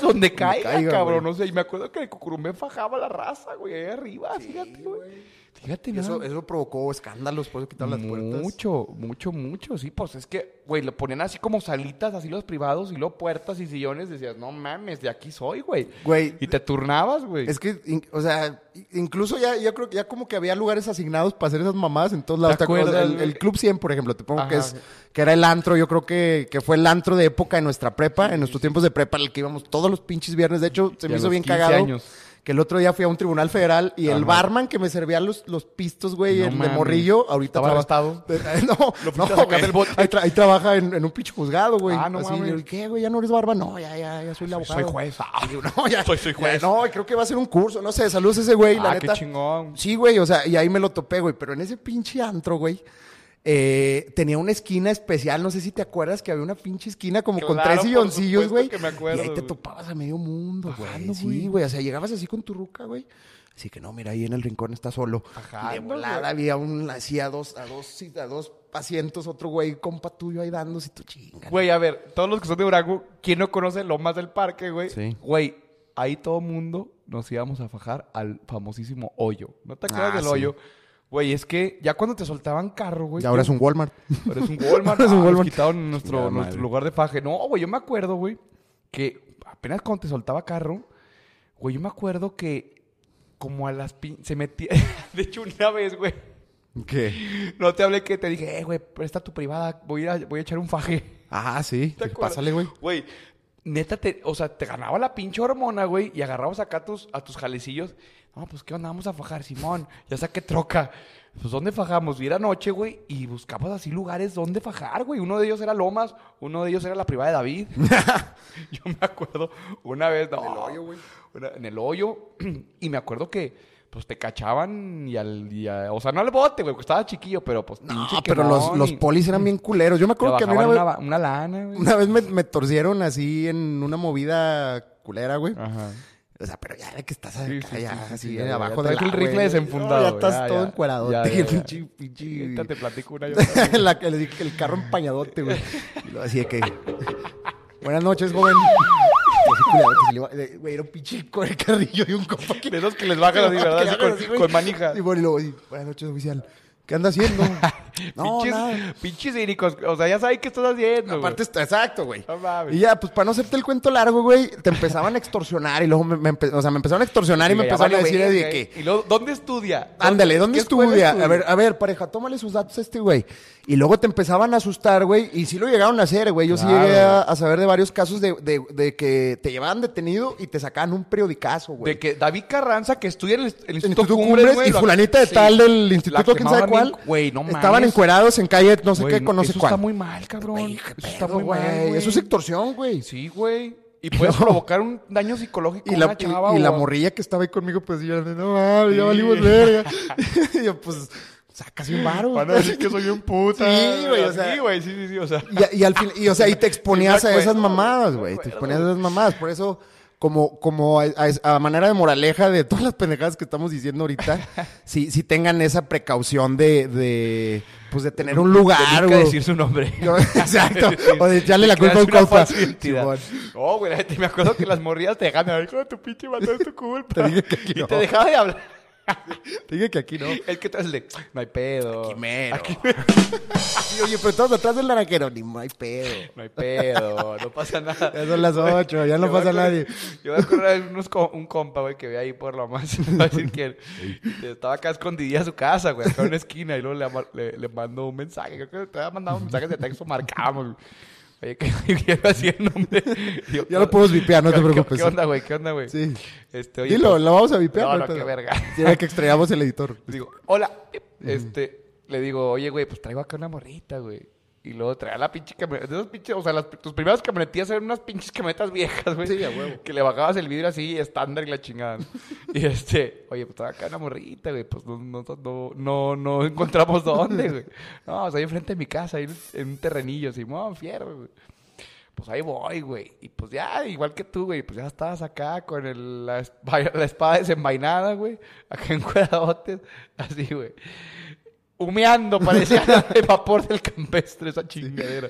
Speaker 1: caiga.
Speaker 2: donde
Speaker 1: Donde
Speaker 2: caiga,
Speaker 1: caiga,
Speaker 2: cabrón.
Speaker 1: güey.
Speaker 2: O sea, y me acuerdo que el cucurumbé fajaba la raza, güey, ahí arriba, fíjate, güey. Fíjate,
Speaker 1: Y Eso,
Speaker 2: nada
Speaker 1: eso provocó escándalos, por eso quitaron las puertas.
Speaker 2: Mucho, mucho, mucho, sí, pues es que, güey, lo ponían así como salitas, así los privados, y luego puertas y sillones, decías, no mames, de aquí soy, güey.
Speaker 1: Güey,
Speaker 2: Y te turnabas, güey.
Speaker 1: Es que, in- o sea, i- incluso ya, yo creo que ya como que había lugares asignados para hacer esas mamadas en todos lados.
Speaker 2: ¿Te
Speaker 1: ¿Te acuerdas?
Speaker 2: acuerdas,
Speaker 1: El,
Speaker 2: güey?
Speaker 1: el Club 100, por ejemplo, te pongo que
Speaker 2: Ajá.
Speaker 1: es que era el antro, yo creo que, que fue el antro de época en nuestra prepa, en nuestros tiempos de prepa, al que íbamos todos los pinches viernes. De hecho, se
Speaker 2: Y
Speaker 1: me
Speaker 2: a
Speaker 1: hizo
Speaker 2: los
Speaker 1: bien
Speaker 2: 15
Speaker 1: cagado.
Speaker 2: años.
Speaker 1: Que el otro día fui a un tribunal federal y el
Speaker 2: Ajá.
Speaker 1: barman que me servía los, los pistos, güey,
Speaker 2: No
Speaker 1: el de
Speaker 2: mames.
Speaker 1: morrillo, ahorita
Speaker 2: Estaba
Speaker 1: traba- No,
Speaker 2: fuiste
Speaker 1: no,
Speaker 2: a sacar
Speaker 1: güey.
Speaker 2: del bote.
Speaker 1: Ahí, tra- ahí trabaja en, en un pinche juzgado, güey.
Speaker 2: Ah, no
Speaker 1: Así,
Speaker 2: mames.
Speaker 1: yo, ¿Qué, güey? ¿Ya no eres barman? No, ya, ya, ya soy el abogado.
Speaker 2: soy juez.
Speaker 1: Ah, digo, no, ya,
Speaker 2: Soy- soy
Speaker 1: ya,
Speaker 2: juez.
Speaker 1: no, creo que va a ser un curso. No sé, saludos a ese güey, la
Speaker 2: ah,
Speaker 1: neta.
Speaker 2: qué chingón.
Speaker 1: Sí, güey, o sea, y ahí me lo topé, güey. Pero en ese pinche antro, güey, eh, tenía una esquina especial. No sé si te acuerdas que había una pinche esquina como con
Speaker 2: Claro,
Speaker 1: tres
Speaker 2: por
Speaker 1: silloncillos, güey.
Speaker 2: supuesto que me acuerdo,
Speaker 1: y ahí te
Speaker 2: güey.
Speaker 1: topabas a medio mundo, güey.
Speaker 2: Bajando,
Speaker 1: Sí,
Speaker 2: güey.
Speaker 1: güey. O sea, llegabas así con tu ruca, güey. Así que no, mira, ahí en el rincón está solo.
Speaker 2: Bajando,
Speaker 1: Y de volada
Speaker 2: güey.
Speaker 1: había un, así a dos, a dos, a dos asientos, otro güey, compa tuyo ahí dándose tu chinga.
Speaker 2: Güey, a ver, todos los que son de Durango, ¿quién no conoce Lomas del Parque, güey?
Speaker 1: Sí.
Speaker 2: Güey, ahí todo mundo nos íbamos a fajar al famosísimo hoyo. ¿No te acuerdas
Speaker 1: Ah,
Speaker 2: del
Speaker 1: sí.
Speaker 2: hoyo? Güey, es que ya cuando te soltaban carro, güey.
Speaker 1: Y ahora
Speaker 2: tú-
Speaker 1: es un Walmart.
Speaker 2: Pero es un Walmart.
Speaker 1: Es un
Speaker 2: Ah, nos
Speaker 1: Walmart.
Speaker 2: quitaron nuestro,
Speaker 1: Chingada
Speaker 2: nuestro
Speaker 1: madre.
Speaker 2: lugar de faje. No, güey, yo me acuerdo, güey, que apenas cuando te soltaba carro, güey, yo me acuerdo que como a las pin... se metía... de hecho, una vez, güey,
Speaker 1: ¿Qué?
Speaker 2: no te hablé que te dije, eh, güey, presta tu privada, voy a, voy a echar un faje.
Speaker 1: Ah, sí.
Speaker 2: ¿Te acuerdas?
Speaker 1: Pásale, güey.
Speaker 2: Güey, neta, te, o sea, te ganaba la pinche hormona, güey, y agarrabas acá a tus, a tus jalecillos. No, pues, ¿qué onda? Vamos a fajar, Simón. Ya saqué troca. Pues, ¿dónde fajamos? Y era noche, güey, y buscabas así lugares donde fajar, güey. Uno de ellos era Lomas, uno de ellos era la privada de David. Yo me acuerdo una vez... No, en el hoyo, güey. En el hoyo. Y me acuerdo que pues te cachaban y al. y a- o sea, no al bote, güey, porque estaba chiquillo, pero pues.
Speaker 1: No,
Speaker 2: pinche
Speaker 1: pero los,
Speaker 2: quemón
Speaker 1: los
Speaker 2: y
Speaker 1: polis eran bien culeros. Yo me
Speaker 2: te
Speaker 1: acuerdo que a mí una
Speaker 2: bajaban
Speaker 1: vez,
Speaker 2: una, ba- una lana, güey.
Speaker 1: una vez me, me torcieron así en una movida culera, güey.
Speaker 2: Ajá.
Speaker 1: O sea, pero ya de que estás
Speaker 2: Sí,
Speaker 1: acá,
Speaker 2: sí,
Speaker 1: ya
Speaker 2: sí, sí,
Speaker 1: así
Speaker 2: sí, ya,
Speaker 1: de
Speaker 2: ya,
Speaker 1: abajo
Speaker 2: ya
Speaker 1: del
Speaker 2: traes el
Speaker 1: agua,
Speaker 2: rifle
Speaker 1: güey.
Speaker 2: desenfundado,
Speaker 1: No, ya
Speaker 2: güey,
Speaker 1: estás
Speaker 2: ya,
Speaker 1: todo
Speaker 2: ya.
Speaker 1: encuerado.
Speaker 2: Ya, ya, ya.
Speaker 1: Pinche, pinche.
Speaker 2: Ahorita te platico una. yo-
Speaker 1: La que le dije que el carro empañadote, güey. Y luego así de que. Buenas noches, joven. Y así culiado que se le iba- de- Güey, era un pinche con el carrillo y un compa que
Speaker 2: De esos que les bajan así,
Speaker 1: Que
Speaker 2: ¿verdad?
Speaker 1: le
Speaker 2: Así
Speaker 1: bajan
Speaker 2: con,
Speaker 1: así, güey.
Speaker 2: con manija.
Speaker 1: Y bueno, y luego, y, buenas noches, oficial. ¿Qué anda haciendo? no,
Speaker 2: pinches,
Speaker 1: nada.
Speaker 2: pinches cínicos. O sea, ya sabes qué estás haciendo. güey.
Speaker 1: Aparte, está, exacto, güey.
Speaker 2: No mames.
Speaker 1: Y ya, pues para no hacerte el cuento largo, güey, te empezaban a extorsionar y luego me, me empe- o sea, me empezaron a extorsionar y, me
Speaker 2: Diga, ya
Speaker 1: empezaron a
Speaker 2: valió
Speaker 1: decir de
Speaker 2: verga,
Speaker 1: que,
Speaker 2: ¿eh? ¿Y luego, dónde estudia?
Speaker 1: Ándale, ¿dónde
Speaker 2: qué escuela
Speaker 1: estudia? A ver, a ver, pareja, tómale sus datos a este güey. Y luego te empezaban a asustar, güey, y sí lo llegaron a hacer, güey. Yo sí
Speaker 2: Claro.
Speaker 1: llegué a, a saber de varios casos de, de- de que te llevaban detenido y te sacaban un periodicazo, güey.
Speaker 2: De que David Carranza, que estudia en el, el
Speaker 1: En
Speaker 2: Instituto,
Speaker 1: Instituto
Speaker 2: Cumbres,
Speaker 1: Cumbres
Speaker 2: güey,
Speaker 1: y
Speaker 2: lo-
Speaker 1: fulanita de
Speaker 2: sí.
Speaker 1: tal del
Speaker 2: La
Speaker 1: instituto, quién sabe
Speaker 2: quemaban
Speaker 1: cuál.
Speaker 2: en- Güey, no mames.
Speaker 1: estaban encuerados en calle, no sé
Speaker 2: Güey,
Speaker 1: qué, con no sé
Speaker 2: eso
Speaker 1: cuál.
Speaker 2: está muy mal, cabrón.
Speaker 1: Güey, qué
Speaker 2: eso está
Speaker 1: pedo,
Speaker 2: muy mal,
Speaker 1: güey.
Speaker 2: güey.
Speaker 1: Eso es extorsión, güey.
Speaker 2: Sí, güey. Y puedes provocar un daño psicológico
Speaker 1: Y
Speaker 2: a
Speaker 1: la,
Speaker 2: una chava.
Speaker 1: y, y la
Speaker 2: o a-
Speaker 1: morrilla que estaba ahí conmigo, pues, yo, no mames, ya valimos verga. y yo, pues, sacas un varo.
Speaker 2: Van a decir que soy un puta.
Speaker 1: Sí, güey, o sea-
Speaker 2: Sí, güey, sí, sí, sí, o sea.
Speaker 1: Y, a- y al fin, y o sea, y te exponías
Speaker 2: Sí, me
Speaker 1: a esas
Speaker 2: acuerdo,
Speaker 1: mamadas,
Speaker 2: me
Speaker 1: güey. Te
Speaker 2: acuerdo.
Speaker 1: exponías a esas mamadas. Por eso, como, como a, a- a manera de moraleja de todas las pendejadas que estamos diciendo ahorita, sí, sí tengan esa precaución de, de pues de tener un
Speaker 2: Tenía
Speaker 1: lugar,
Speaker 2: que
Speaker 1: güey.
Speaker 2: decir su nombre.
Speaker 1: Yo- exacto.
Speaker 2: Sí.
Speaker 1: O de echarle la
Speaker 2: Te creas
Speaker 1: culpa a un
Speaker 2: una
Speaker 1: compa.
Speaker 2: falsa identidad.
Speaker 1: Simón.
Speaker 2: No, güey, la neta, me acuerdo que las morrillas te dejaban de hablar. Hijo de tu pinche vato, es tu culpa.
Speaker 1: Te dije que aquí
Speaker 2: y
Speaker 1: no.
Speaker 2: te dejaba de hablar.
Speaker 1: Te dije que aquí no.
Speaker 2: El que traes el de, no hay pedo.
Speaker 1: Y, Oye, pero todos atrás del naranjero, ni hay pedo.
Speaker 2: No hay pedo, no pasa nada.
Speaker 1: Ya son las ocho, ya no
Speaker 2: Yo me
Speaker 1: pasa
Speaker 2: acuerdo-
Speaker 1: nadie.
Speaker 2: Yo me acuerdo de unos co- un compa, güey, que ve ahí por lo más. va a decir que estaba acá escondidilla a su casa, güey, acá en una esquina. Y luego le, ama- le, le mandó un mensaje. Creo que te había mandado un mensaje de texto, marcamos. güey. Oye, ¿qué quiero hacer, hombre? Yo,
Speaker 1: Ya lo podemos vipear, no te
Speaker 2: ¿qué- qué-
Speaker 1: preocupes.
Speaker 2: ¿Qué onda, güey? ¿Qué onda, güey?
Speaker 1: Sí.
Speaker 2: Este, oye,
Speaker 1: Dilo,
Speaker 2: pues,
Speaker 1: lo vamos a vipear.
Speaker 2: No,
Speaker 1: hay
Speaker 2: no, qué
Speaker 1: pedo.
Speaker 2: verga.
Speaker 1: Tiene que extrañamos el editor.
Speaker 2: le digo, hola. Este, le digo, oye, güey, pues traigo acá una morrita, güey. Y luego traía la pinche camioneta. De esas pinches, o sea, las, tus primeras camionetillas eran unas pinches camionetas viejas, güey.
Speaker 1: Sí, a huevo.
Speaker 2: Que le bajabas el vidrio así, estándar y la chingada. ¿no? y este, oye, pues traigo acá una morrita, güey. Pues no, no, no, no, no encontramos dónde, güey. No, o sea, ahí enfrente de mi casa, ahí en, en un terrenillo, así, mon, fierro, güey. Pues ahí voy, güey. Y pues ya, igual que tú, güey. Pues ya estabas acá con el- la, espa- la espada desenvainada, güey. Acá en cuadradotes. Así, güey. Humeando, parecía el vapor del campestre, esa chingadera.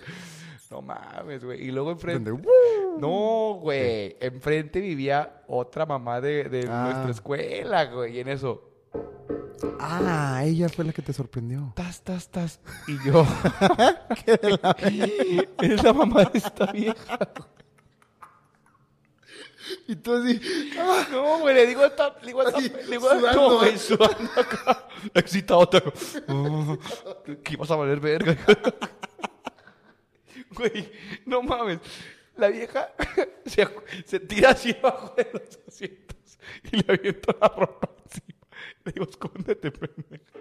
Speaker 2: No mames, güey. Y luego enfrente.
Speaker 1: Pendejo.
Speaker 2: No, güey. Enfrente vivía otra mamá de, de
Speaker 1: Ah.
Speaker 2: nuestra escuela, güey. Y en eso.
Speaker 1: Ah, ella fue la que te sorprendió.
Speaker 2: Tas, tas, tas. Y yo. es la mamá de esta vieja.
Speaker 1: Y tú así,
Speaker 2: No, güey, le digo a esta, le digo a esta,
Speaker 1: Así,
Speaker 2: le digo a esta,
Speaker 1: sudando.
Speaker 2: güey, sudando acá, excitado, te oh, que ibas a valer verga. Güey, no mames, la vieja se, se tira así abajo de los asientos y le aviento la ropa encima. Le digo, escóndete, pendejo.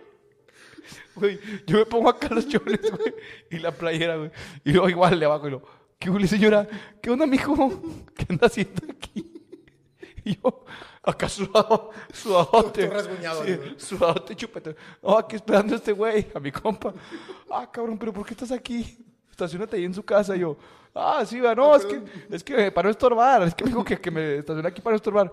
Speaker 2: Güey, yo me pongo acá los chones, güey, y la playera, güey. Y luego igual le abajo y lo, ¿qué huele, señora? ¿Qué onda, mijo? ¿Qué anda haciendo aquí? Y yo, acá sudado, sudadote.
Speaker 1: Todo rasguñado,
Speaker 2: Sí,
Speaker 1: güey.
Speaker 2: sudadote, chupete. No, aquí esperando a este güey, a mi compa. Ah, cabrón, ¿pero por qué estás aquí? Estacionate ahí en su casa. Y yo, ah, sí, va, no, es que, es que eh, para no estorbar. Es que me dijo que, que me estacioné aquí para no estorbar.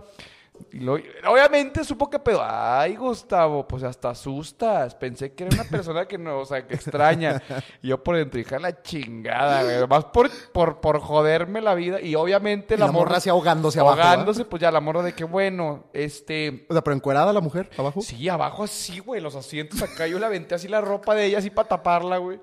Speaker 2: Y lo- obviamente supo que pedo. Ay, Gustavo, pues hasta asustas. Pensé que era una persona que no, o sea, que extraña. Y yo por dentro hija de la chingada, güey. Más por, por, por joderme la vida. Y obviamente
Speaker 1: Y la morra así ahogándose abajo,
Speaker 2: Ahogándose, pues ya la morra de que bueno, este.
Speaker 1: O sea, pero encuerada la mujer, abajo.
Speaker 2: Sí, abajo así, güey, los asientos acá. Yo le aventé así la ropa de ella, así para taparla, güey.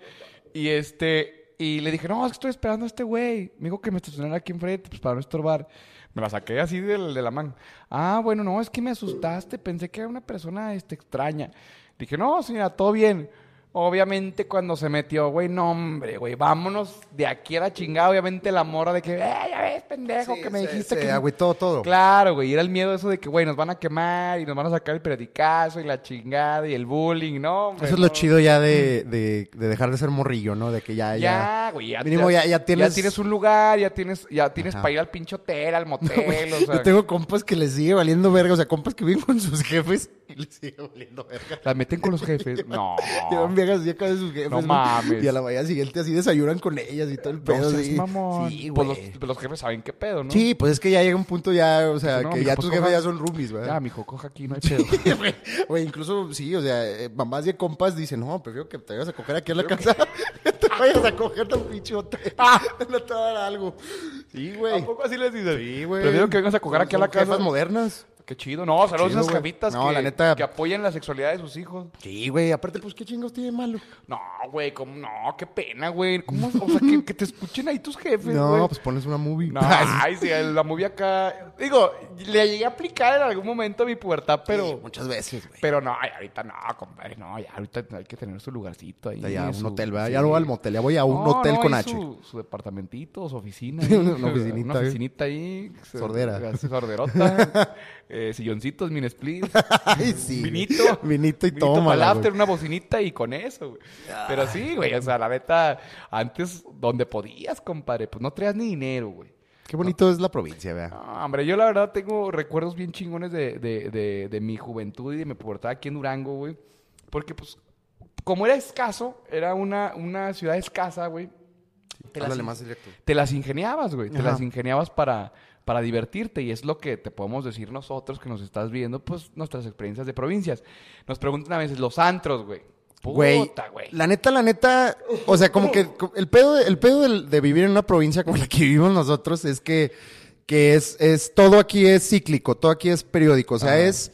Speaker 2: Y este, y le dije, no, es que estoy esperando a este güey. Me dijo que me estacionara aquí enfrente, pues para no estorbar. Me la saqué así del- de la mano. Ah, bueno, no, es que me asustaste. Pensé que era una persona este, extraña. Dije, no, señora, todo bien. Obviamente cuando se metió, güey, no, hombre, güey, vámonos de aquí a la chingada. Obviamente la mora de que, eh, ya ves, pendejo,
Speaker 1: Sí,
Speaker 2: que me
Speaker 1: se-
Speaker 2: dijiste
Speaker 1: se
Speaker 2: que...
Speaker 1: agüitó todo.
Speaker 2: Claro, güey, y era el miedo eso de que, güey, nos van a quemar y nos van a sacar el periodicazo y la chingada y el bullying, no, hombre,
Speaker 1: Eso es lo
Speaker 2: no.
Speaker 1: chido ya de, de- de dejar de ser morrillo, ¿no? De que ya, ya.
Speaker 2: Ya, güey, ya,
Speaker 1: Mínimo ya- ya tienes-
Speaker 2: un lugar, ya tienes, ya tienes
Speaker 1: Ajá.
Speaker 2: para ir al pinche hotel, al motel, o sea,
Speaker 1: Yo tengo compas que les sigue valiendo verga, o sea, compas que viven con sus jefes y les sigue valiendo verga.
Speaker 2: la meten con los jefes, no.
Speaker 1: Llevan viejas así acá de sus jefes.
Speaker 2: No
Speaker 1: güey,
Speaker 2: mames.
Speaker 1: Y a la mañana siguiente así desayunan con ellas y todo el
Speaker 2: No
Speaker 1: pedo.
Speaker 2: seas
Speaker 1: sí.
Speaker 2: mamón.
Speaker 1: Sí,
Speaker 2: Pues
Speaker 1: güey.
Speaker 2: los, los jefes saben qué pedo, ¿no?
Speaker 1: Sí, pues es que ya llega un punto ya, o sea,
Speaker 2: No,
Speaker 1: que
Speaker 2: mijo,
Speaker 1: ya
Speaker 2: pues
Speaker 1: tus jefes
Speaker 2: coja.
Speaker 1: ya son roomies, ¿verdad?
Speaker 2: Ya, mijo, coja aquí, no hay pedo.
Speaker 1: Güey, incluso sí, o sea, eh, mamás de compas dicen, no, prefiero que te vayas a coger aquí en la casa, que te vayas a coger un pinche hotel.
Speaker 2: Ah.
Speaker 1: no te va a dar algo. Sí, güey.
Speaker 2: Tampoco así les dicen.
Speaker 1: Sí, güey.
Speaker 2: Prefiero que vengas a coger aquí a la
Speaker 1: Son
Speaker 2: casa.
Speaker 1: jefas modernas.
Speaker 2: Qué chido, no,
Speaker 1: chido,
Speaker 2: saludos a esas
Speaker 1: güey.
Speaker 2: jefitas
Speaker 1: No,
Speaker 2: que,
Speaker 1: la neta.
Speaker 2: que apoyan la sexualidad de sus hijos.
Speaker 1: Sí, güey. Aparte, pues, ¿qué chingos tiene de malo?
Speaker 2: No, güey, cómo no, qué pena, güey. ¿Cómo? O sea, que, que te escuchen ahí tus jefes,
Speaker 1: No,
Speaker 2: güey.
Speaker 1: pues pones una movie.
Speaker 2: No, ay, sí, la movie acá. Digo, le llegué a aplicar en algún momento mi pubertad, pero.
Speaker 1: Sí, muchas veces, güey.
Speaker 2: Pero no, ay, ahorita no, compadre, no, ya ahorita hay que tener su lugarcito ahí.
Speaker 1: O sea, ya un
Speaker 2: su-
Speaker 1: hotel, ¿verdad?
Speaker 2: sí.
Speaker 1: Ya no voy al motel, ya voy a un
Speaker 2: No,
Speaker 1: hotel
Speaker 2: no,
Speaker 1: con
Speaker 2: ahí
Speaker 1: H.
Speaker 2: Su, su departamentito, su oficina.
Speaker 1: Sí,
Speaker 2: ahí,
Speaker 1: una- una oficinita,
Speaker 2: Una
Speaker 1: ¿eh?
Speaker 2: oficinita ahí. se-
Speaker 1: Sordera.
Speaker 2: así, Sorderota. eh, silloncitos, mini split.
Speaker 1: Ay, sí. güey.
Speaker 2: Vinito.
Speaker 1: Vinito y
Speaker 2: Vinito
Speaker 1: toma.
Speaker 2: pa'l after, una bocinita y con eso, güey. Pero sí, güey, o sea, la neta, antes, donde podías, compadre, pues no traías ni dinero, güey.
Speaker 1: Qué bonito es la provincia, ¿verdad?
Speaker 2: No, hombre, yo la verdad tengo recuerdos bien chingones de, de- de- de mi juventud y de mi pubertad aquí en Durango, güey. Porque, pues, como era escaso, era una, una ciudad escasa, güey. Te las,
Speaker 1: Háblale
Speaker 2: in-
Speaker 1: más directo.
Speaker 2: te las ingeniabas, güey. Te
Speaker 1: Ajá.
Speaker 2: las ingeniabas para, para divertirte. Y es lo que te podemos decir nosotros que nos estás viendo, pues, nuestras experiencias de provincias. Nos preguntan a veces los antros, güey.
Speaker 1: Güey,
Speaker 2: Puta, güey.
Speaker 1: la neta, la neta, o sea, como que co- el pedo, de, el pedo del- de, vivir en una provincia como la que vivimos nosotros es que, que es, es, todo aquí es cíclico, todo aquí es periódico, o sea,
Speaker 2: Ah.
Speaker 1: es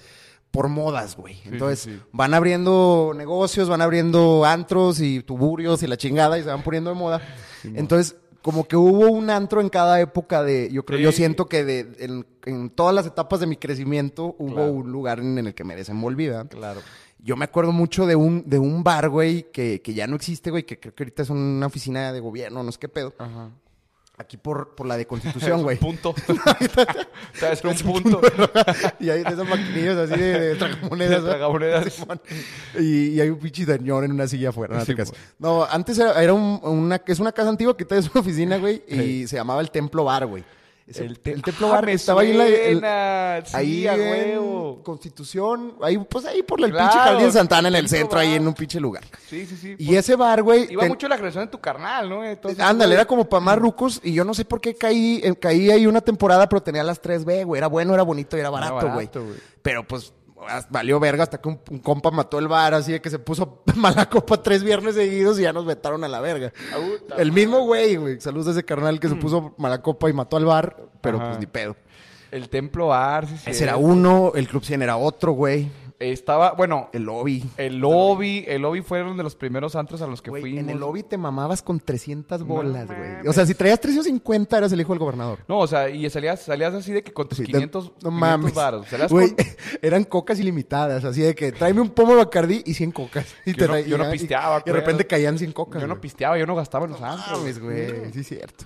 Speaker 1: por modas, güey. Entonces,
Speaker 2: sí, sí.
Speaker 1: van abriendo negocios, van abriendo antros y tuburios y la chingada y se van poniendo de moda. Entonces, como que hubo un antro en cada época de, yo creo, yo
Speaker 2: Sí.
Speaker 1: siento que de, en, en todas las etapas de mi crecimiento hubo
Speaker 2: Claro.
Speaker 1: un lugar en, el que me desenvolví, ¿verdad?
Speaker 2: Claro.
Speaker 1: Yo me acuerdo mucho de un, de un bar, güey, que, que ya no existe, güey, que creo que ahorita es una oficina de gobierno, no sé qué pedo.
Speaker 2: Ajá.
Speaker 1: Aquí por, por la de
Speaker 2: Es
Speaker 1: Constitución,
Speaker 2: un
Speaker 1: güey.
Speaker 2: Punto. Te va a hacer un punto.
Speaker 1: y hay de esas maquinillas así de, de tragamonedas. ¿no?
Speaker 2: Tragamonedas.
Speaker 1: Simón. y, y hay un pinche señor en una silla afuera. No, te
Speaker 2: Sí,
Speaker 1: creas. No, antes era, era un- una, es una casa antigua que está en su oficina, güey, y
Speaker 2: Ey.
Speaker 1: se llamaba el Templo Bar, güey. Ese-
Speaker 2: El, te-
Speaker 1: Templo
Speaker 2: Ah,
Speaker 1: Bar
Speaker 2: me
Speaker 1: estaba ahí en la... el-
Speaker 2: suena. Sí,
Speaker 1: ahí
Speaker 2: a
Speaker 1: en
Speaker 2: huevo.
Speaker 1: Constitución, ahí, pues ahí por el
Speaker 2: Claro,
Speaker 1: pinche Jardín Santana en el
Speaker 2: Templo
Speaker 1: centro, ahí
Speaker 2: Bar.
Speaker 1: en un pinche lugar.
Speaker 2: Sí, sí, sí.
Speaker 1: Y
Speaker 2: Pues,
Speaker 1: ese bar, güey.
Speaker 2: Iba
Speaker 1: ten-
Speaker 2: mucho la creación de tu carnal, ¿no? Entonces,
Speaker 1: Ándale,
Speaker 2: güey,
Speaker 1: era como para más rucos. Y yo no sé por qué caí, eh, caí ahí una temporada, pero tenía las 3B, güey. Era bueno, era bonito y era barato, güey.
Speaker 2: barato, güey.
Speaker 1: Pero pues as- valió verga hasta que un, un compa mató el bar, así de que se puso mala copa tres viernes seguidos y ya nos vetaron a la verga.
Speaker 2: puta
Speaker 1: el mismo güey, güey. Saludos a ese carnal que se puso mala copa y mató al bar, pero
Speaker 2: Mm. Ajá.
Speaker 1: pues ni pedo.
Speaker 2: El templo Ars.
Speaker 1: Ese era uno, el Club 100 era otro, güey.
Speaker 2: Estaba, bueno,
Speaker 1: El lobby.
Speaker 2: el lobby. El lobby fueron de los primeros antros a los que
Speaker 1: Güey,
Speaker 2: fuimos.
Speaker 1: en el lobby te mamabas con 300 bolas, güey. O
Speaker 2: mames.
Speaker 1: sea, si traías 350 eras el hijo del gobernador.
Speaker 2: No, o sea, y salías, salías así de que con tus
Speaker 1: Sí, de-
Speaker 2: 500,
Speaker 1: no
Speaker 2: 500
Speaker 1: mames.
Speaker 2: varos. Salías
Speaker 1: Güey,
Speaker 2: con-
Speaker 1: eran cocas ilimitadas, así de que tráeme un pomo de Bacardí y 100 cocas. Y
Speaker 2: Yo no-
Speaker 1: traía-
Speaker 2: yo no
Speaker 1: y-
Speaker 2: pisteaba,
Speaker 1: Y de
Speaker 2: güey.
Speaker 1: repente caían 100 cocas.
Speaker 2: Yo no
Speaker 1: güey.
Speaker 2: pisteaba, yo no gastaba en los antros.
Speaker 1: Mames, güey. Sí, es cierto.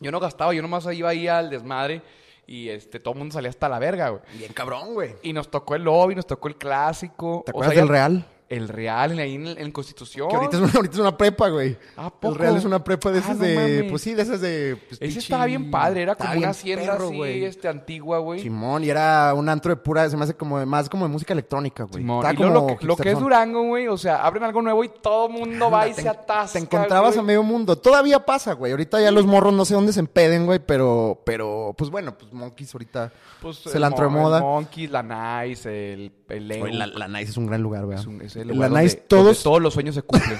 Speaker 2: Yo no gastaba, yo nomás iba ahí al desmadre. Y este, todo el mundo salía hasta la verga, güey.
Speaker 1: Bien cabrón, güey.
Speaker 2: Y nos tocó el lobby, nos tocó el clásico.
Speaker 1: ¿Te
Speaker 2: O
Speaker 1: acuerdas
Speaker 2: sea,
Speaker 1: del
Speaker 2: ya-
Speaker 1: Real?
Speaker 2: El Real, en- ahí en, en Constitución.
Speaker 1: Que ahorita es, una, ahorita es una prepa, güey.
Speaker 2: ¿A
Speaker 1: El
Speaker 2: poco?
Speaker 1: Real es una prepa de
Speaker 2: Ah,
Speaker 1: esas
Speaker 2: no
Speaker 1: de.
Speaker 2: mames.
Speaker 1: Pues sí, de esas de. pues,
Speaker 2: Ese
Speaker 1: pinche-
Speaker 2: estaba bien padre, era
Speaker 1: estaba
Speaker 2: como una
Speaker 1: bien
Speaker 2: hacienda
Speaker 1: perro,
Speaker 2: así,
Speaker 1: güey.
Speaker 2: este, antigua, güey.
Speaker 1: Simón, y era un antro de pura. Se me hace como de- más como de música electrónica, güey.
Speaker 2: Simón.
Speaker 1: Estaba
Speaker 2: Y luego
Speaker 1: como
Speaker 2: lo, que, lo que es
Speaker 1: hipsterzón.
Speaker 2: Durango, güey, o sea, abren algo nuevo y todo el mundo va y
Speaker 1: Te
Speaker 2: se
Speaker 1: en-
Speaker 2: atasca.
Speaker 1: Te encontrabas
Speaker 2: güey.
Speaker 1: a medio mundo. Todavía pasa, güey. Ahorita ya los morros no sé dónde se empeden, güey, pero, pero, pues bueno, pues Monkeys ahorita
Speaker 2: Pues,
Speaker 1: se la
Speaker 2: mo-
Speaker 1: entró de moda.
Speaker 2: El Monkeys, la Nice, el, el Leo.
Speaker 1: Güey, la, la Nice es eh, un gran lugar, güey.
Speaker 2: Es un- es el
Speaker 1: La
Speaker 2: lugar donde-
Speaker 1: Nice,
Speaker 2: donde
Speaker 1: todos,
Speaker 2: todos los sueños se cumplen.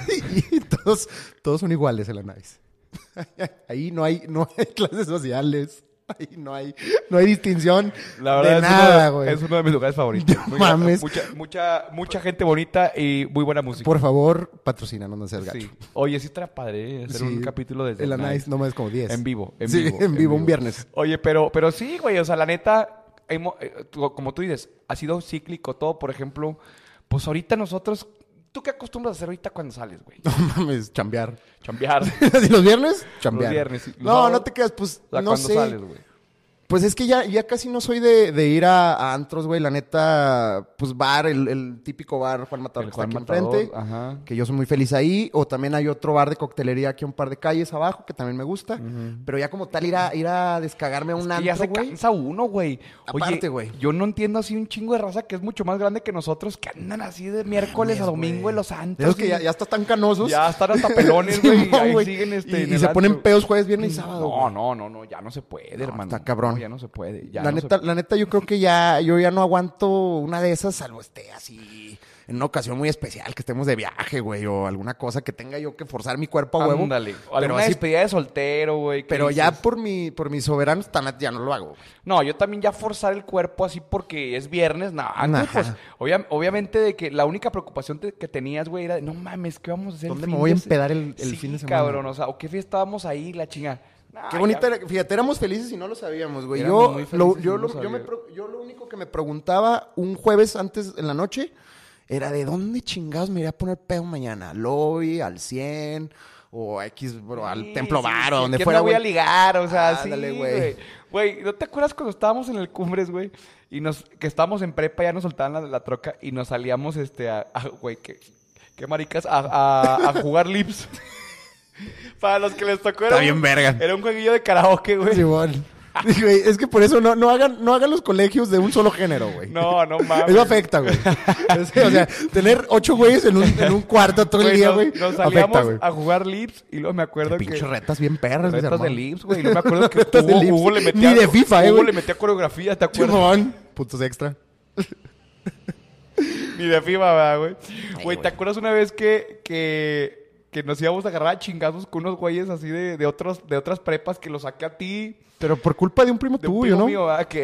Speaker 1: y todos, todos son iguales en la Nice. Ahí no hay, no hay clases sociales. Ahí no hay, no hay distinción
Speaker 2: La verdad
Speaker 1: de
Speaker 2: es,
Speaker 1: nada,
Speaker 2: uno,
Speaker 1: güey.
Speaker 2: de- es uno de mis lugares favoritos.
Speaker 1: No
Speaker 2: Muy grato.
Speaker 1: mames.
Speaker 2: Mucha, mucha, mucha gente bonita y muy buena música.
Speaker 1: Por favor, patrocínanos, no seas gacho.
Speaker 2: Sí. Oye, sí estaría padre ¿eh? hacer
Speaker 1: Sí,
Speaker 2: un capítulo desde
Speaker 1: en la
Speaker 2: el
Speaker 1: Nice, no más como 10.
Speaker 2: En vivo, en
Speaker 1: Sí,
Speaker 2: vivo.
Speaker 1: en vivo, un viernes.
Speaker 2: Oye, pero, pero sí, güey, o sea, la neta, hemo- eh, tú- como tú dices, ha sido cíclico todo, por ejemplo, pues ahorita nosotros ¿Tú qué acostumbras a hacer ahorita cuando sales, güey?
Speaker 1: No mames, chambear.
Speaker 2: Chambear.
Speaker 1: ¿Y los viernes? Chambear.
Speaker 2: viernes, sí.
Speaker 1: No,
Speaker 2: No.
Speaker 1: no, te creas, pues
Speaker 2: O sea,
Speaker 1: no
Speaker 2: cuando
Speaker 1: sé.
Speaker 2: sales, güey.
Speaker 1: Pues es que ya, ya casi no soy de, de ir a, a antros, güey. La neta, pues bar, el, el típico bar Juan Matador
Speaker 2: El
Speaker 1: que está
Speaker 2: Juan
Speaker 1: aquí
Speaker 2: Matador, ah.
Speaker 1: enfrente.
Speaker 2: Ajá.
Speaker 1: Que yo soy muy feliz ahí. O también hay otro bar de coctelería aquí a un par de calles abajo que también me gusta. Pero ya como tal ir a, ir a descagarme a un
Speaker 2: Y ya
Speaker 1: antro,
Speaker 2: se
Speaker 1: güey.
Speaker 2: cansa uno, güey. Oye,
Speaker 1: Aparte, güey.
Speaker 2: Yo no entiendo así un chingo de raza que es mucho más grande que nosotros que andan así de miércoles a
Speaker 1: Mames,
Speaker 2: domingo
Speaker 1: güey.
Speaker 2: en los antros.
Speaker 1: Esos que
Speaker 2: y-
Speaker 1: ya, ya están tan canosos.
Speaker 2: ya están hasta pelones, güey. y
Speaker 1: Simón,
Speaker 2: ahí
Speaker 1: güey.
Speaker 2: siguen este.
Speaker 1: Y-
Speaker 2: en
Speaker 1: y
Speaker 2: el
Speaker 1: se ponen
Speaker 2: antro.
Speaker 1: pedos jueves, viernes y sábado. güey.
Speaker 2: No, no, no, no, ya no se puede, hermano.
Speaker 1: está cabrón.
Speaker 2: No, ya no se puede. ya
Speaker 1: la,
Speaker 2: no se
Speaker 1: neta, la neta, yo creo que ya, yo ya no aguanto una de esas, salvo esté así, en una ocasión muy especial, que estemos de viaje, güey, o alguna cosa que tenga yo que forzar mi cuerpo a huevo.
Speaker 2: Ándale. O
Speaker 1: Pero,
Speaker 2: alguna
Speaker 1: así-
Speaker 2: despedida de soltero, güey. que
Speaker 1: pero ya
Speaker 2: dices,
Speaker 1: por mi, por mi soberano, ya no lo hago. güey.
Speaker 2: No, yo también ya forzar el cuerpo así porque es viernes, nada. antes,
Speaker 1: Ajá.
Speaker 2: pues, obvia- obviamente de que la única preocupación te- que tenías, güey, era de, no mames, ¿qué vamos a hacer? el
Speaker 1: ¿Dónde
Speaker 2: fin
Speaker 1: me voy a
Speaker 2: de se-
Speaker 1: empedar el, el
Speaker 2: Sí,
Speaker 1: fin de semana?
Speaker 2: cabrón, o sea, o qué fiesta vamos ahí, la chinga.
Speaker 1: Qué bonita era- fíjate, éramos felices y no lo sabíamos, güey.
Speaker 2: Éramos
Speaker 1: Yo,
Speaker 2: muy felices
Speaker 1: lo,
Speaker 2: y
Speaker 1: yo,
Speaker 2: no lo
Speaker 1: lo, yo, me
Speaker 2: sabía.
Speaker 1: pro- yo lo único que me preguntaba un jueves antes en la noche era de dónde chingados me iré a poner pedo mañana, al lobby, al 100 o a X, bro, al templo bar o donde fuera,
Speaker 2: voy a
Speaker 1: güey.
Speaker 2: ligar, o sea, sí,
Speaker 1: Ándale, güey.
Speaker 2: güey. Güey, ¿no te acuerdas cuando estábamos en el Cumbres, güey? Y nos, que estábamos en prepa, ya nos soltaban la, la troca y nos salíamos, este, a, a- güey, que, que maricas, a, a- a jugar lips. Para los que les tocó era
Speaker 1: Está
Speaker 2: un-
Speaker 1: bien verga.
Speaker 2: Era un jueguillo de karaoke, güey.
Speaker 1: Simón. Dije, güey, es que por eso no, no, hagan, no hagan los colegios de un solo género, güey.
Speaker 2: No, no mames.
Speaker 1: Eso afecta, güey. O sea, o sea, tener ocho güeyes en un, en un cuarto todo el
Speaker 2: Güey,
Speaker 1: día,
Speaker 2: nos-
Speaker 1: güey,
Speaker 2: Nos salíamos
Speaker 1: afecta, güey.
Speaker 2: a jugar lips y luego me acuerdo que...
Speaker 1: Pinche retas bien perras, güey. se
Speaker 2: Retas de
Speaker 1: armaban.
Speaker 2: lips, güey. y luego me acuerdo que
Speaker 1: Retas de
Speaker 2: Hugo,
Speaker 1: lips.
Speaker 2: Hugo le
Speaker 1: Ni
Speaker 2: metía...
Speaker 1: de FIFA, eh,
Speaker 2: Hugo
Speaker 1: güey.
Speaker 2: le metía coreografía, ¿te acuerdas?
Speaker 1: Simón. Puntos extra.
Speaker 2: Ni de FIBA, ¿verdad, güey.
Speaker 1: güey.
Speaker 2: Güey, ¿te acuerdas una vez que, que, que nos íbamos a agarrar a chingazos con unos güeyes así de, de, otros, de otras prepas que los saqué a ti?
Speaker 1: Pero por culpa de un primo
Speaker 2: De un
Speaker 1: tuyo,
Speaker 2: primo
Speaker 1: ¿no?
Speaker 2: mío, ¿verdad? Que...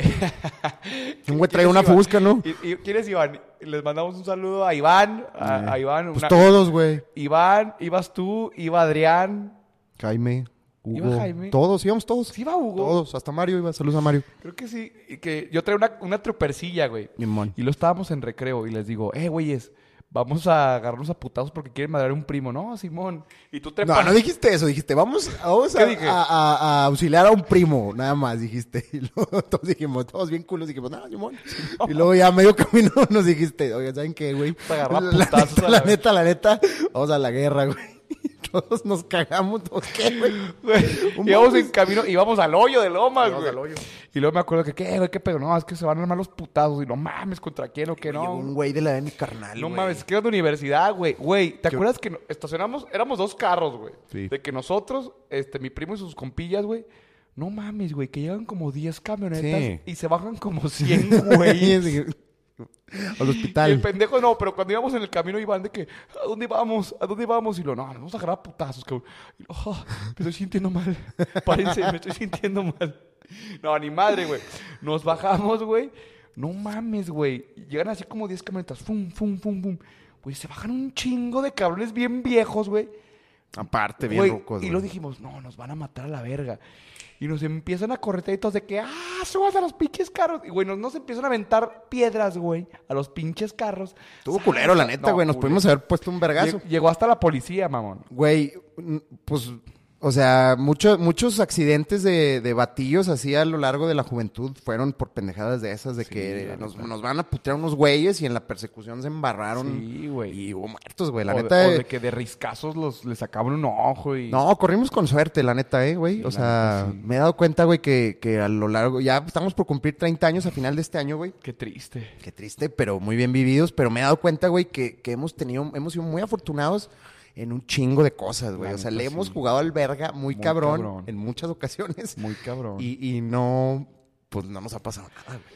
Speaker 1: Un güey trae
Speaker 2: ¿Quiénes
Speaker 1: una
Speaker 2: iban?
Speaker 1: fusca, ¿no?
Speaker 2: ¿Y, y, quiénes iban? Les mandamos un saludo a Iván, a, a Iván,
Speaker 1: Pues
Speaker 2: una-
Speaker 1: todos, güey.
Speaker 2: Iván, ibas tú, iba Adrián,
Speaker 1: Jaime,
Speaker 2: ¿Iba
Speaker 1: Hugo.
Speaker 2: Jaime?
Speaker 1: Todos, íbamos todos.
Speaker 2: sí iba Hugo.
Speaker 1: Todos, hasta Mario iba. Saludos a Mario.
Speaker 2: Creo que sí, y que yo traía una, una trupercilla, güey. Y lo estábamos en recreo y les digo, eh, güeyes, vamos a agarrarnos a putados porque quieren madrear a un primo. No, Simón. Y tú
Speaker 1: No,
Speaker 2: trepas.
Speaker 1: no dijiste eso. Dijiste, vamos, vamos a,
Speaker 2: ¿Qué dije?
Speaker 1: a- a- a auxiliar a un primo. Nada más dijiste. Y luego todos dijimos, todos bien culos. Dijimos, nada, Simón. Y luego ya a medio camino nos dijiste, oye, ¿saben qué, güey?
Speaker 2: a
Speaker 1: La,
Speaker 2: agarrar putazos
Speaker 1: neta,
Speaker 2: a
Speaker 1: la
Speaker 2: la
Speaker 1: neta, la neta, vamos a la guerra, güey. Y Todos nos cagamos. ¿todos ¿Qué, güey?
Speaker 2: Güey, íbamos en camino, íbamos al hoyo de Lomas,
Speaker 1: Íbamos
Speaker 2: güey.
Speaker 1: al hoyo.
Speaker 2: Y luego me acuerdo que, ¿qué, güey? ¿Qué pedo? No, es que se van a armar los putados. Y no mames, ¿contra quién o qué
Speaker 1: Llegó
Speaker 2: no?
Speaker 1: un güey de la de mi carnal,
Speaker 2: No
Speaker 1: güey.
Speaker 2: mames, que era de universidad, güey. Güey, ¿te
Speaker 1: ¿Qué?
Speaker 2: acuerdas que no- estacionamos? Éramos dos carros, güey.
Speaker 1: Sí.
Speaker 2: De que nosotros, este, mi primo y sus compillas, güey. No mames, güey, que llegan como 10 camionetas
Speaker 1: Sí.
Speaker 2: y se bajan como 100, güey.
Speaker 1: Al
Speaker 2: Y el
Speaker 1: hospital.
Speaker 2: pendejo no, pero cuando íbamos en el camino iban de que, ¿a dónde vamos? ¿A dónde vamos? Y lo, no, nos vamos a agarrar a putazos, cabrón. Y lo, "Ah, me estoy sintiendo mal. Párense, me estoy sintiendo mal. No, ni madre, güey. Nos bajamos, güey. No mames, güey. Llegan así como 10 camionetas. Fum, fum, fum, fum. Güey, se bajan un chingo de cabrones bien viejos, güey.
Speaker 1: Aparte,
Speaker 2: Güey,
Speaker 1: rucos,
Speaker 2: Y
Speaker 1: güey.
Speaker 2: lo dijimos, no, nos van a matar a la verga. Y nos empiezan a corretear y todos de que, ah, subas a los pinches carros. Y, güey, nos, nos empiezan a aventar piedras, güey, a los pinches carros.
Speaker 1: Estuvo
Speaker 2: ¿Sabes?
Speaker 1: culero, la neta,
Speaker 2: No,
Speaker 1: güey. Nos
Speaker 2: culero.
Speaker 1: pudimos haber puesto un vergazo.
Speaker 2: Lle- Llegó hasta la policía, mamón.
Speaker 1: Güey, n- pues, o sea, mucho- muchos accidentes de, de batillos así a lo largo de la juventud fueron por pendejadas de esas, de que
Speaker 2: la
Speaker 1: nos, nos van a putear unos güeyes y en la persecución se embarraron.
Speaker 2: Sí, güey.
Speaker 1: Y hubo muertos, güey. La
Speaker 2: o, de-
Speaker 1: neta.
Speaker 2: o
Speaker 1: eh,
Speaker 2: de que de riscazos los, le sacaban un ojo y...
Speaker 1: No, corrimos con suerte, la neta, eh, güey.
Speaker 2: Sí,
Speaker 1: o
Speaker 2: la
Speaker 1: sea,
Speaker 2: neta, sí.
Speaker 1: me he dado cuenta, güey, que, que a lo largo. Ya estamos por cumplir 30 años a final de este año, güey.
Speaker 2: Qué triste.
Speaker 1: Qué triste, pero muy bien vividos. Pero me he dado cuenta, güey, que, que hemos tenido, hemos sido muy afortunados en un chingo de cosas, güey.
Speaker 2: La
Speaker 1: O sea,
Speaker 2: neta,
Speaker 1: le hemos
Speaker 2: sí.
Speaker 1: jugado al verga muy,
Speaker 2: Muy
Speaker 1: cabrón,
Speaker 2: cabrón.
Speaker 1: en muchas ocasiones.
Speaker 2: Muy cabrón.
Speaker 1: Y, y no, pues no nos ha pasado nada, güey.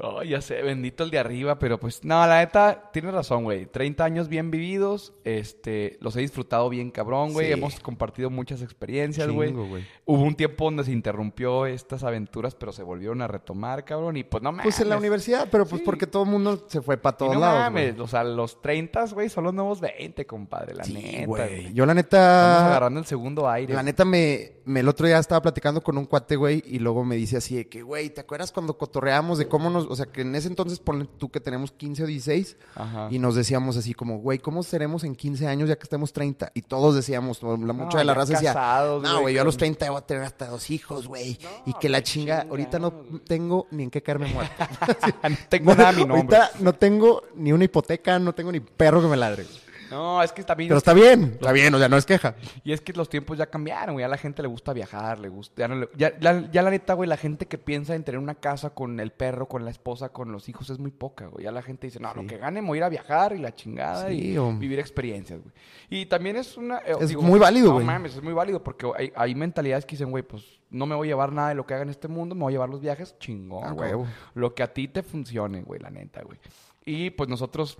Speaker 2: Oh, ya sé, bendito el de arriba, pero pues no, la neta, tienes razón, güey. 30 años bien vividos, este, los he disfrutado bien cabrón, güey.
Speaker 1: Sí.
Speaker 2: Hemos compartido muchas experiencias, güey.
Speaker 1: Chingo, güey.
Speaker 2: Hubo un tiempo donde se interrumpió estas aventuras, pero se volvieron a retomar, cabrón. Y pues no mames.
Speaker 1: Pues en la universidad, pero pues
Speaker 2: Sí.
Speaker 1: porque todo el mundo se fue para
Speaker 2: Y
Speaker 1: todos
Speaker 2: no
Speaker 1: lados. güey.
Speaker 2: mames, o sea, los 30, güey, son los nuevos 20, compadre, la
Speaker 1: Sí, güey.
Speaker 2: neta, güey.
Speaker 1: Yo la
Speaker 2: Estamos
Speaker 1: neta.
Speaker 2: agarrando el segundo aire.
Speaker 1: La neta, me, me el otro día estaba platicando con un cuate, güey, y luego me dice así de que, güey, ¿te acuerdas cuando cotorreamos de cómo nos nos, o sea, que en ese entonces ponle tú que tenemos 15 o 16
Speaker 2: Ajá.
Speaker 1: y nos decíamos así como, güey, ¿cómo seremos en 15 años ya que estemos 30? Y todos decíamos, la mucha de la
Speaker 2: ya
Speaker 1: raza decía,
Speaker 2: casados,
Speaker 1: no, güey, yo a
Speaker 2: con-
Speaker 1: los 30 voy a tener hasta dos hijos, güey. y que la chinga, ahorita no tengo ni en qué caerme muerta.
Speaker 2: No tengo nada a mi nombre.
Speaker 1: Ahorita no tengo ni una hipoteca, no tengo ni perro que me ladre.
Speaker 2: No, es que también...
Speaker 1: Pero está bien, está bien, o sea, no es queja.
Speaker 2: Y es que los tiempos ya cambiaron, güey. A la gente le gusta viajar, le gusta. Ya, no le- ya, la, ya la neta, güey, la gente que piensa en tener una casa con el perro, con la esposa, con los hijos es muy poca, güey. Ya la gente dice, no, lo
Speaker 1: Sí.
Speaker 2: que gane, me voy a ir a viajar y la chingada
Speaker 1: Sí,
Speaker 2: y
Speaker 1: o-
Speaker 2: vivir experiencias, güey. Y también es una. eh,
Speaker 1: Es muy válido, güey.
Speaker 2: No mames, es muy válido porque hay, hay mentalidades que dicen, güey, pues no me voy a llevar nada de lo que haga en este mundo, me voy a llevar los viajes, chingón,
Speaker 1: A
Speaker 2: güey.
Speaker 1: huevo.
Speaker 2: Lo que a ti te funcione, güey, la neta, güey. Y pues nosotros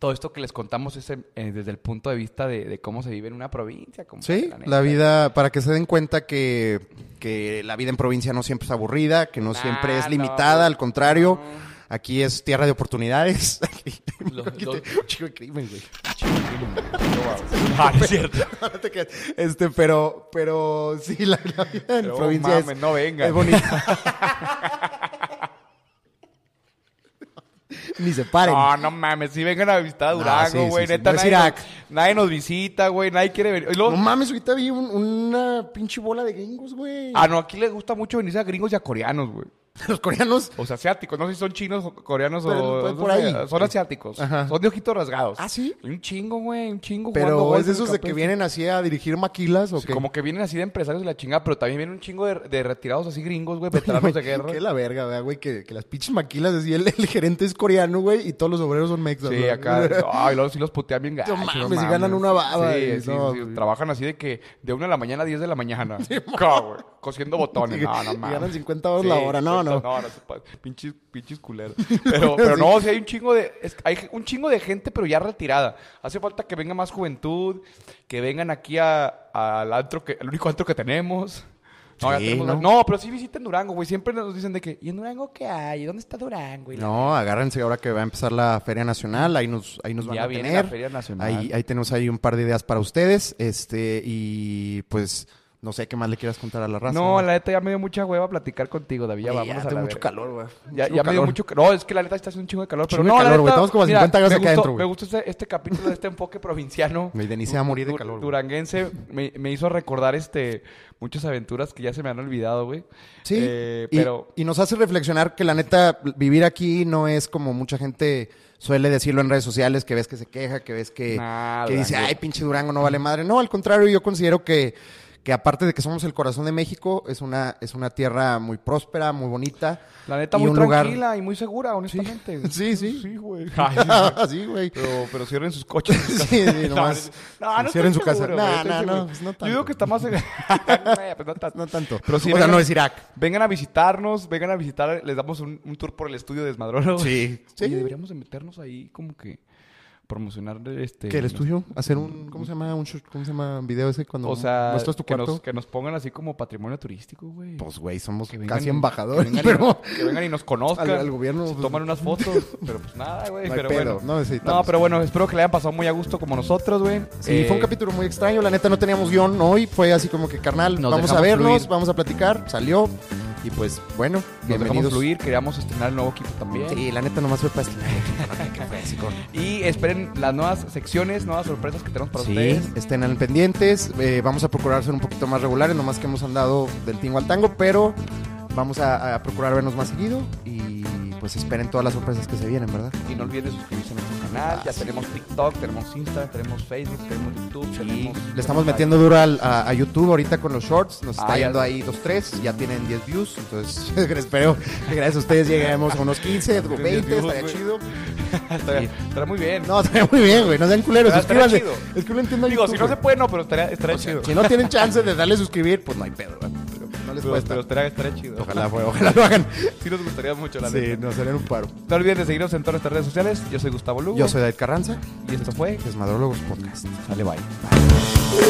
Speaker 2: todo esto que les contamos es en- eh, desde el punto de vista de, de cómo se vive en una provincia. como
Speaker 1: Sí,
Speaker 2: neta.
Speaker 1: la vida, para que se den cuenta que, que la vida en provincia no siempre es aburrida, que no
Speaker 2: Nah,
Speaker 1: siempre es
Speaker 2: no,
Speaker 1: limitada, al contrario,
Speaker 2: no.
Speaker 1: aquí es tierra de oportunidades. Aquí-
Speaker 2: Los-
Speaker 1: aquí
Speaker 2: los-
Speaker 1: te- chico de crimen, güey.
Speaker 2: Ah, es cierto.
Speaker 1: No te creas. Este, pero, pero sí, la, la vida en
Speaker 2: Pero,
Speaker 1: provincia
Speaker 2: mames,
Speaker 1: es,
Speaker 2: no venga.
Speaker 1: es bonita. Ni se paren.
Speaker 2: No, no mames, si vengan a visitar a
Speaker 1: No,
Speaker 2: Durango,
Speaker 1: sí, sí,
Speaker 2: güey.
Speaker 1: sí.
Speaker 2: Neta,
Speaker 1: No es
Speaker 2: nadie,
Speaker 1: Irak.
Speaker 2: nos, nadie nos visita, güey. Nadie quiere venir. Y luego-
Speaker 1: No mames, ahorita vi un- una pinche bola de gringos, güey.
Speaker 2: ah, no, aquí les gusta mucho venirse a gringos y a coreanos, güey.
Speaker 1: Los coreanos.
Speaker 2: O sea, asiáticos. No sé si son chinos o coreanos
Speaker 1: Pero,
Speaker 2: o...
Speaker 1: pues,
Speaker 2: no
Speaker 1: por
Speaker 2: sé,
Speaker 1: ahí.
Speaker 2: Son asiáticos.
Speaker 1: Ajá.
Speaker 2: Son de ojitos rasgados.
Speaker 1: ¿Ah, sí?
Speaker 2: Un chingo, güey. Un chingo jugando
Speaker 1: Pero es
Speaker 2: golf en
Speaker 1: de
Speaker 2: el
Speaker 1: esos de que
Speaker 2: campo
Speaker 1: vienen así a dirigir maquilas o
Speaker 2: Sí,
Speaker 1: qué.
Speaker 2: Como que vienen así de empresarios de la chingada, pero también vienen un chingo de, de retirados así gringos, güey, veteranos de guerra.
Speaker 1: Qué la verga, ¿verdad, güey, que, que las pinches maquilas, así el, el gerente es coreano, güey, y todos los obreros son mexas.
Speaker 2: Sí,
Speaker 1: ¿verdad?
Speaker 2: acá. Ay, luego sí los putean bien gacho.
Speaker 1: mames, y ganan una baba,
Speaker 2: Sí,
Speaker 1: y
Speaker 2: sí,
Speaker 1: no,
Speaker 2: sí,
Speaker 1: güey.
Speaker 2: Trabajan así de que de una de la mañana a 10 de la mañana. Ca, güey, Cosiendo botones.
Speaker 1: Sí,
Speaker 2: No, no
Speaker 1: y
Speaker 2: mames.
Speaker 1: ganan 50 dólares la hora. No, no.
Speaker 2: 50 No, no se puede. Pinches, pinches culeros. Pero, pero no, sí hay un chingo de. es- hay un chingo de gente, pero ya retirada. Hace falta que venga más juventud, que vengan aquí a- al antro que, al único antro que tenemos. No, ya
Speaker 1: Sí,
Speaker 2: tenemos-
Speaker 1: ¿no?
Speaker 2: no, pero sí visiten Durango, güey. Siempre nos dicen de que, ¿y en Durango qué hay? ¿Y ¿Dónde está Durango? Y la-
Speaker 1: No, agárrense ahora que va a empezar la Feria Nacional, ahí nos, ahí nos van
Speaker 2: Ya
Speaker 1: a
Speaker 2: viene
Speaker 1: tener.
Speaker 2: la Feria Nacional.
Speaker 1: Ahí, ahí tenemos ahí un par de ideas para ustedes, este, y pues no sé qué más le quieras contar a la raza.
Speaker 2: No, la neta ya me dio mucha hueva platicar contigo, David. Ya
Speaker 1: ya,
Speaker 2: vámonos a
Speaker 1: tengo
Speaker 2: la
Speaker 1: mucho
Speaker 2: verga.
Speaker 1: calor, güey. Mucho
Speaker 2: Ya, ya me dio
Speaker 1: calor.
Speaker 2: mucho calor. No, es que la neta está haciendo un chingo de calor. Pero
Speaker 1: Chingo de
Speaker 2: no, la
Speaker 1: calor, güey.
Speaker 2: neta,
Speaker 1: Estamos como a 50 grados
Speaker 2: me
Speaker 1: acá
Speaker 2: gustó-
Speaker 1: adentro, güey.
Speaker 2: Me gustó este, este capítulo de este enfoque provinciano.
Speaker 1: Mi Denise va a morir de calor, güey.
Speaker 2: Duranguense me, me hizo recordar este muchas aventuras que ya se me han olvidado, güey.
Speaker 1: Sí,
Speaker 2: Eh,
Speaker 1: y,
Speaker 2: pero
Speaker 1: y nos hace reflexionar que la neta, vivir aquí no es como mucha gente suele decirlo en redes sociales, que ves que se queja, que ves que,
Speaker 2: Nada,
Speaker 1: Eh, que dice,
Speaker 2: güey.
Speaker 1: ay, pinche Durango no vale madre. No, al contrario, yo considero que, que aparte de que somos el corazón de México, es una, es una tierra muy próspera, muy bonita.
Speaker 2: la neta
Speaker 1: y
Speaker 2: muy
Speaker 1: un lugar-
Speaker 2: tranquila y muy segura, honestamente.
Speaker 1: Sí, sí.
Speaker 2: Sí, güey.
Speaker 1: Así, güey.
Speaker 2: Pero, pero cierren sus coches. sus
Speaker 1: Sí,
Speaker 2: casas.
Speaker 1: sí, nomás
Speaker 2: estoy
Speaker 1: cierren su casa.
Speaker 2: güey,
Speaker 1: No,
Speaker 2: estoy
Speaker 1: no, no,
Speaker 2: seguro.
Speaker 1: pues no
Speaker 2: Yo digo
Speaker 1: tanto.
Speaker 2: que está más... en- Eh, pues no tanto.
Speaker 1: No tanto.
Speaker 2: Pero sí,
Speaker 1: o sea,
Speaker 2: vengan-
Speaker 1: no es Irak.
Speaker 2: Vengan a visitarnos, vengan a visitar, les damos un, un tour por el estudio de Desmadrolo.
Speaker 1: Sí.
Speaker 2: Sí.
Speaker 1: Sí.
Speaker 2: deberíamos de meternos ahí como que promocionar este...
Speaker 1: Que el estudio, hacer un, ¿cómo se llama? Un, shoot- ¿Cómo se llama? Video ese cuando
Speaker 2: O sea,
Speaker 1: muestras tu
Speaker 2: que,
Speaker 1: cuarto.
Speaker 2: nos, que nos pongan así como patrimonio turístico, güey.
Speaker 1: Pues, güey, somos
Speaker 2: Que vengan
Speaker 1: casi
Speaker 2: y-
Speaker 1: embajadores,
Speaker 2: que vengan, y,
Speaker 1: pero...
Speaker 2: nos- que vengan y nos conozcan.
Speaker 1: Al- al gobierno,
Speaker 2: Se
Speaker 1: pues-
Speaker 2: toman unas fotos. Pero pues nada, güey.
Speaker 1: No hay
Speaker 2: pero
Speaker 1: pedo,
Speaker 2: bueno.
Speaker 1: no necesitamos.
Speaker 2: No, pero bueno, espero que le hayan pasado muy a gusto como nosotros, güey.
Speaker 1: Sí,
Speaker 2: Eh,
Speaker 1: fue un capítulo muy extraño. La neta no teníamos guión hoy. Fue así como que, carnal,
Speaker 2: Nos
Speaker 1: vamos a
Speaker 2: dejamos
Speaker 1: vernos,
Speaker 2: fluir.
Speaker 1: vamos a platicar. Salió. Y pues, bueno,
Speaker 2: Nos dejamos
Speaker 1: bienvenidos.
Speaker 2: fluir, queríamos estrenar el nuevo equipo también.
Speaker 1: Sí, la neta nomás fue para este- estrenar. Que fue así con-
Speaker 2: Y esperen las nuevas secciones, nuevas sorpresas que tenemos para
Speaker 1: Sí,
Speaker 2: ustedes.
Speaker 1: estén al pendientes. Eh, vamos a procurar ser un poquito más regulares, nomás que hemos andado del tingo al tango, pero vamos a, a procurar vernos más seguido y pues esperen todas las sorpresas que se vienen, ¿verdad?
Speaker 2: Y no olviden suscribirse a nuestro canal.
Speaker 1: Ah,
Speaker 2: Ya tenemos TikTok, tenemos Instagram, tenemos Facebook, tenemos YouTube,
Speaker 1: Y
Speaker 2: tenemos.
Speaker 1: le estamos metiendo duro al- a, a YouTube ahorita con los shorts. Nos está
Speaker 2: Ah, ya.
Speaker 1: yendo ahí dos, tres. Ya tienen 10 views. Entonces, espero que gracias a ustedes lleguemos a unos 15 o 20.
Speaker 2: 10 views,
Speaker 1: estaría
Speaker 2: güey.
Speaker 1: chido.
Speaker 2: Estaría,
Speaker 1: Sí.
Speaker 2: estaría muy bien.
Speaker 1: No, estaría muy bien, güey. No sean culeros.
Speaker 2: Pero estaría
Speaker 1: Suscríbanse.
Speaker 2: chido.
Speaker 1: Es que no entiendo
Speaker 2: Digo,
Speaker 1: YouTube,
Speaker 2: si no se
Speaker 1: güey.
Speaker 2: puede, no, pero estaría, estaría
Speaker 1: O sea,
Speaker 2: chido.
Speaker 1: Si no tienen chance de darle suscribir, pues no hay pedo, güey. Pero no les
Speaker 2: pero,
Speaker 1: cuesta.
Speaker 2: pero estaría, estaría chido.
Speaker 1: Ojalá, güey, ojalá lo hagan.
Speaker 2: Sí, nos gustaría mucho, la
Speaker 1: Sí,
Speaker 2: neta.
Speaker 1: nos harían un paro.
Speaker 2: No olviden de seguirnos en todas nuestras redes sociales. Yo soy Gustavo Lugo.
Speaker 1: Yo soy David Carranza,
Speaker 2: Y esto fue.
Speaker 1: Desmadrólogos Podcast.
Speaker 2: Sale, bye.
Speaker 1: Bye.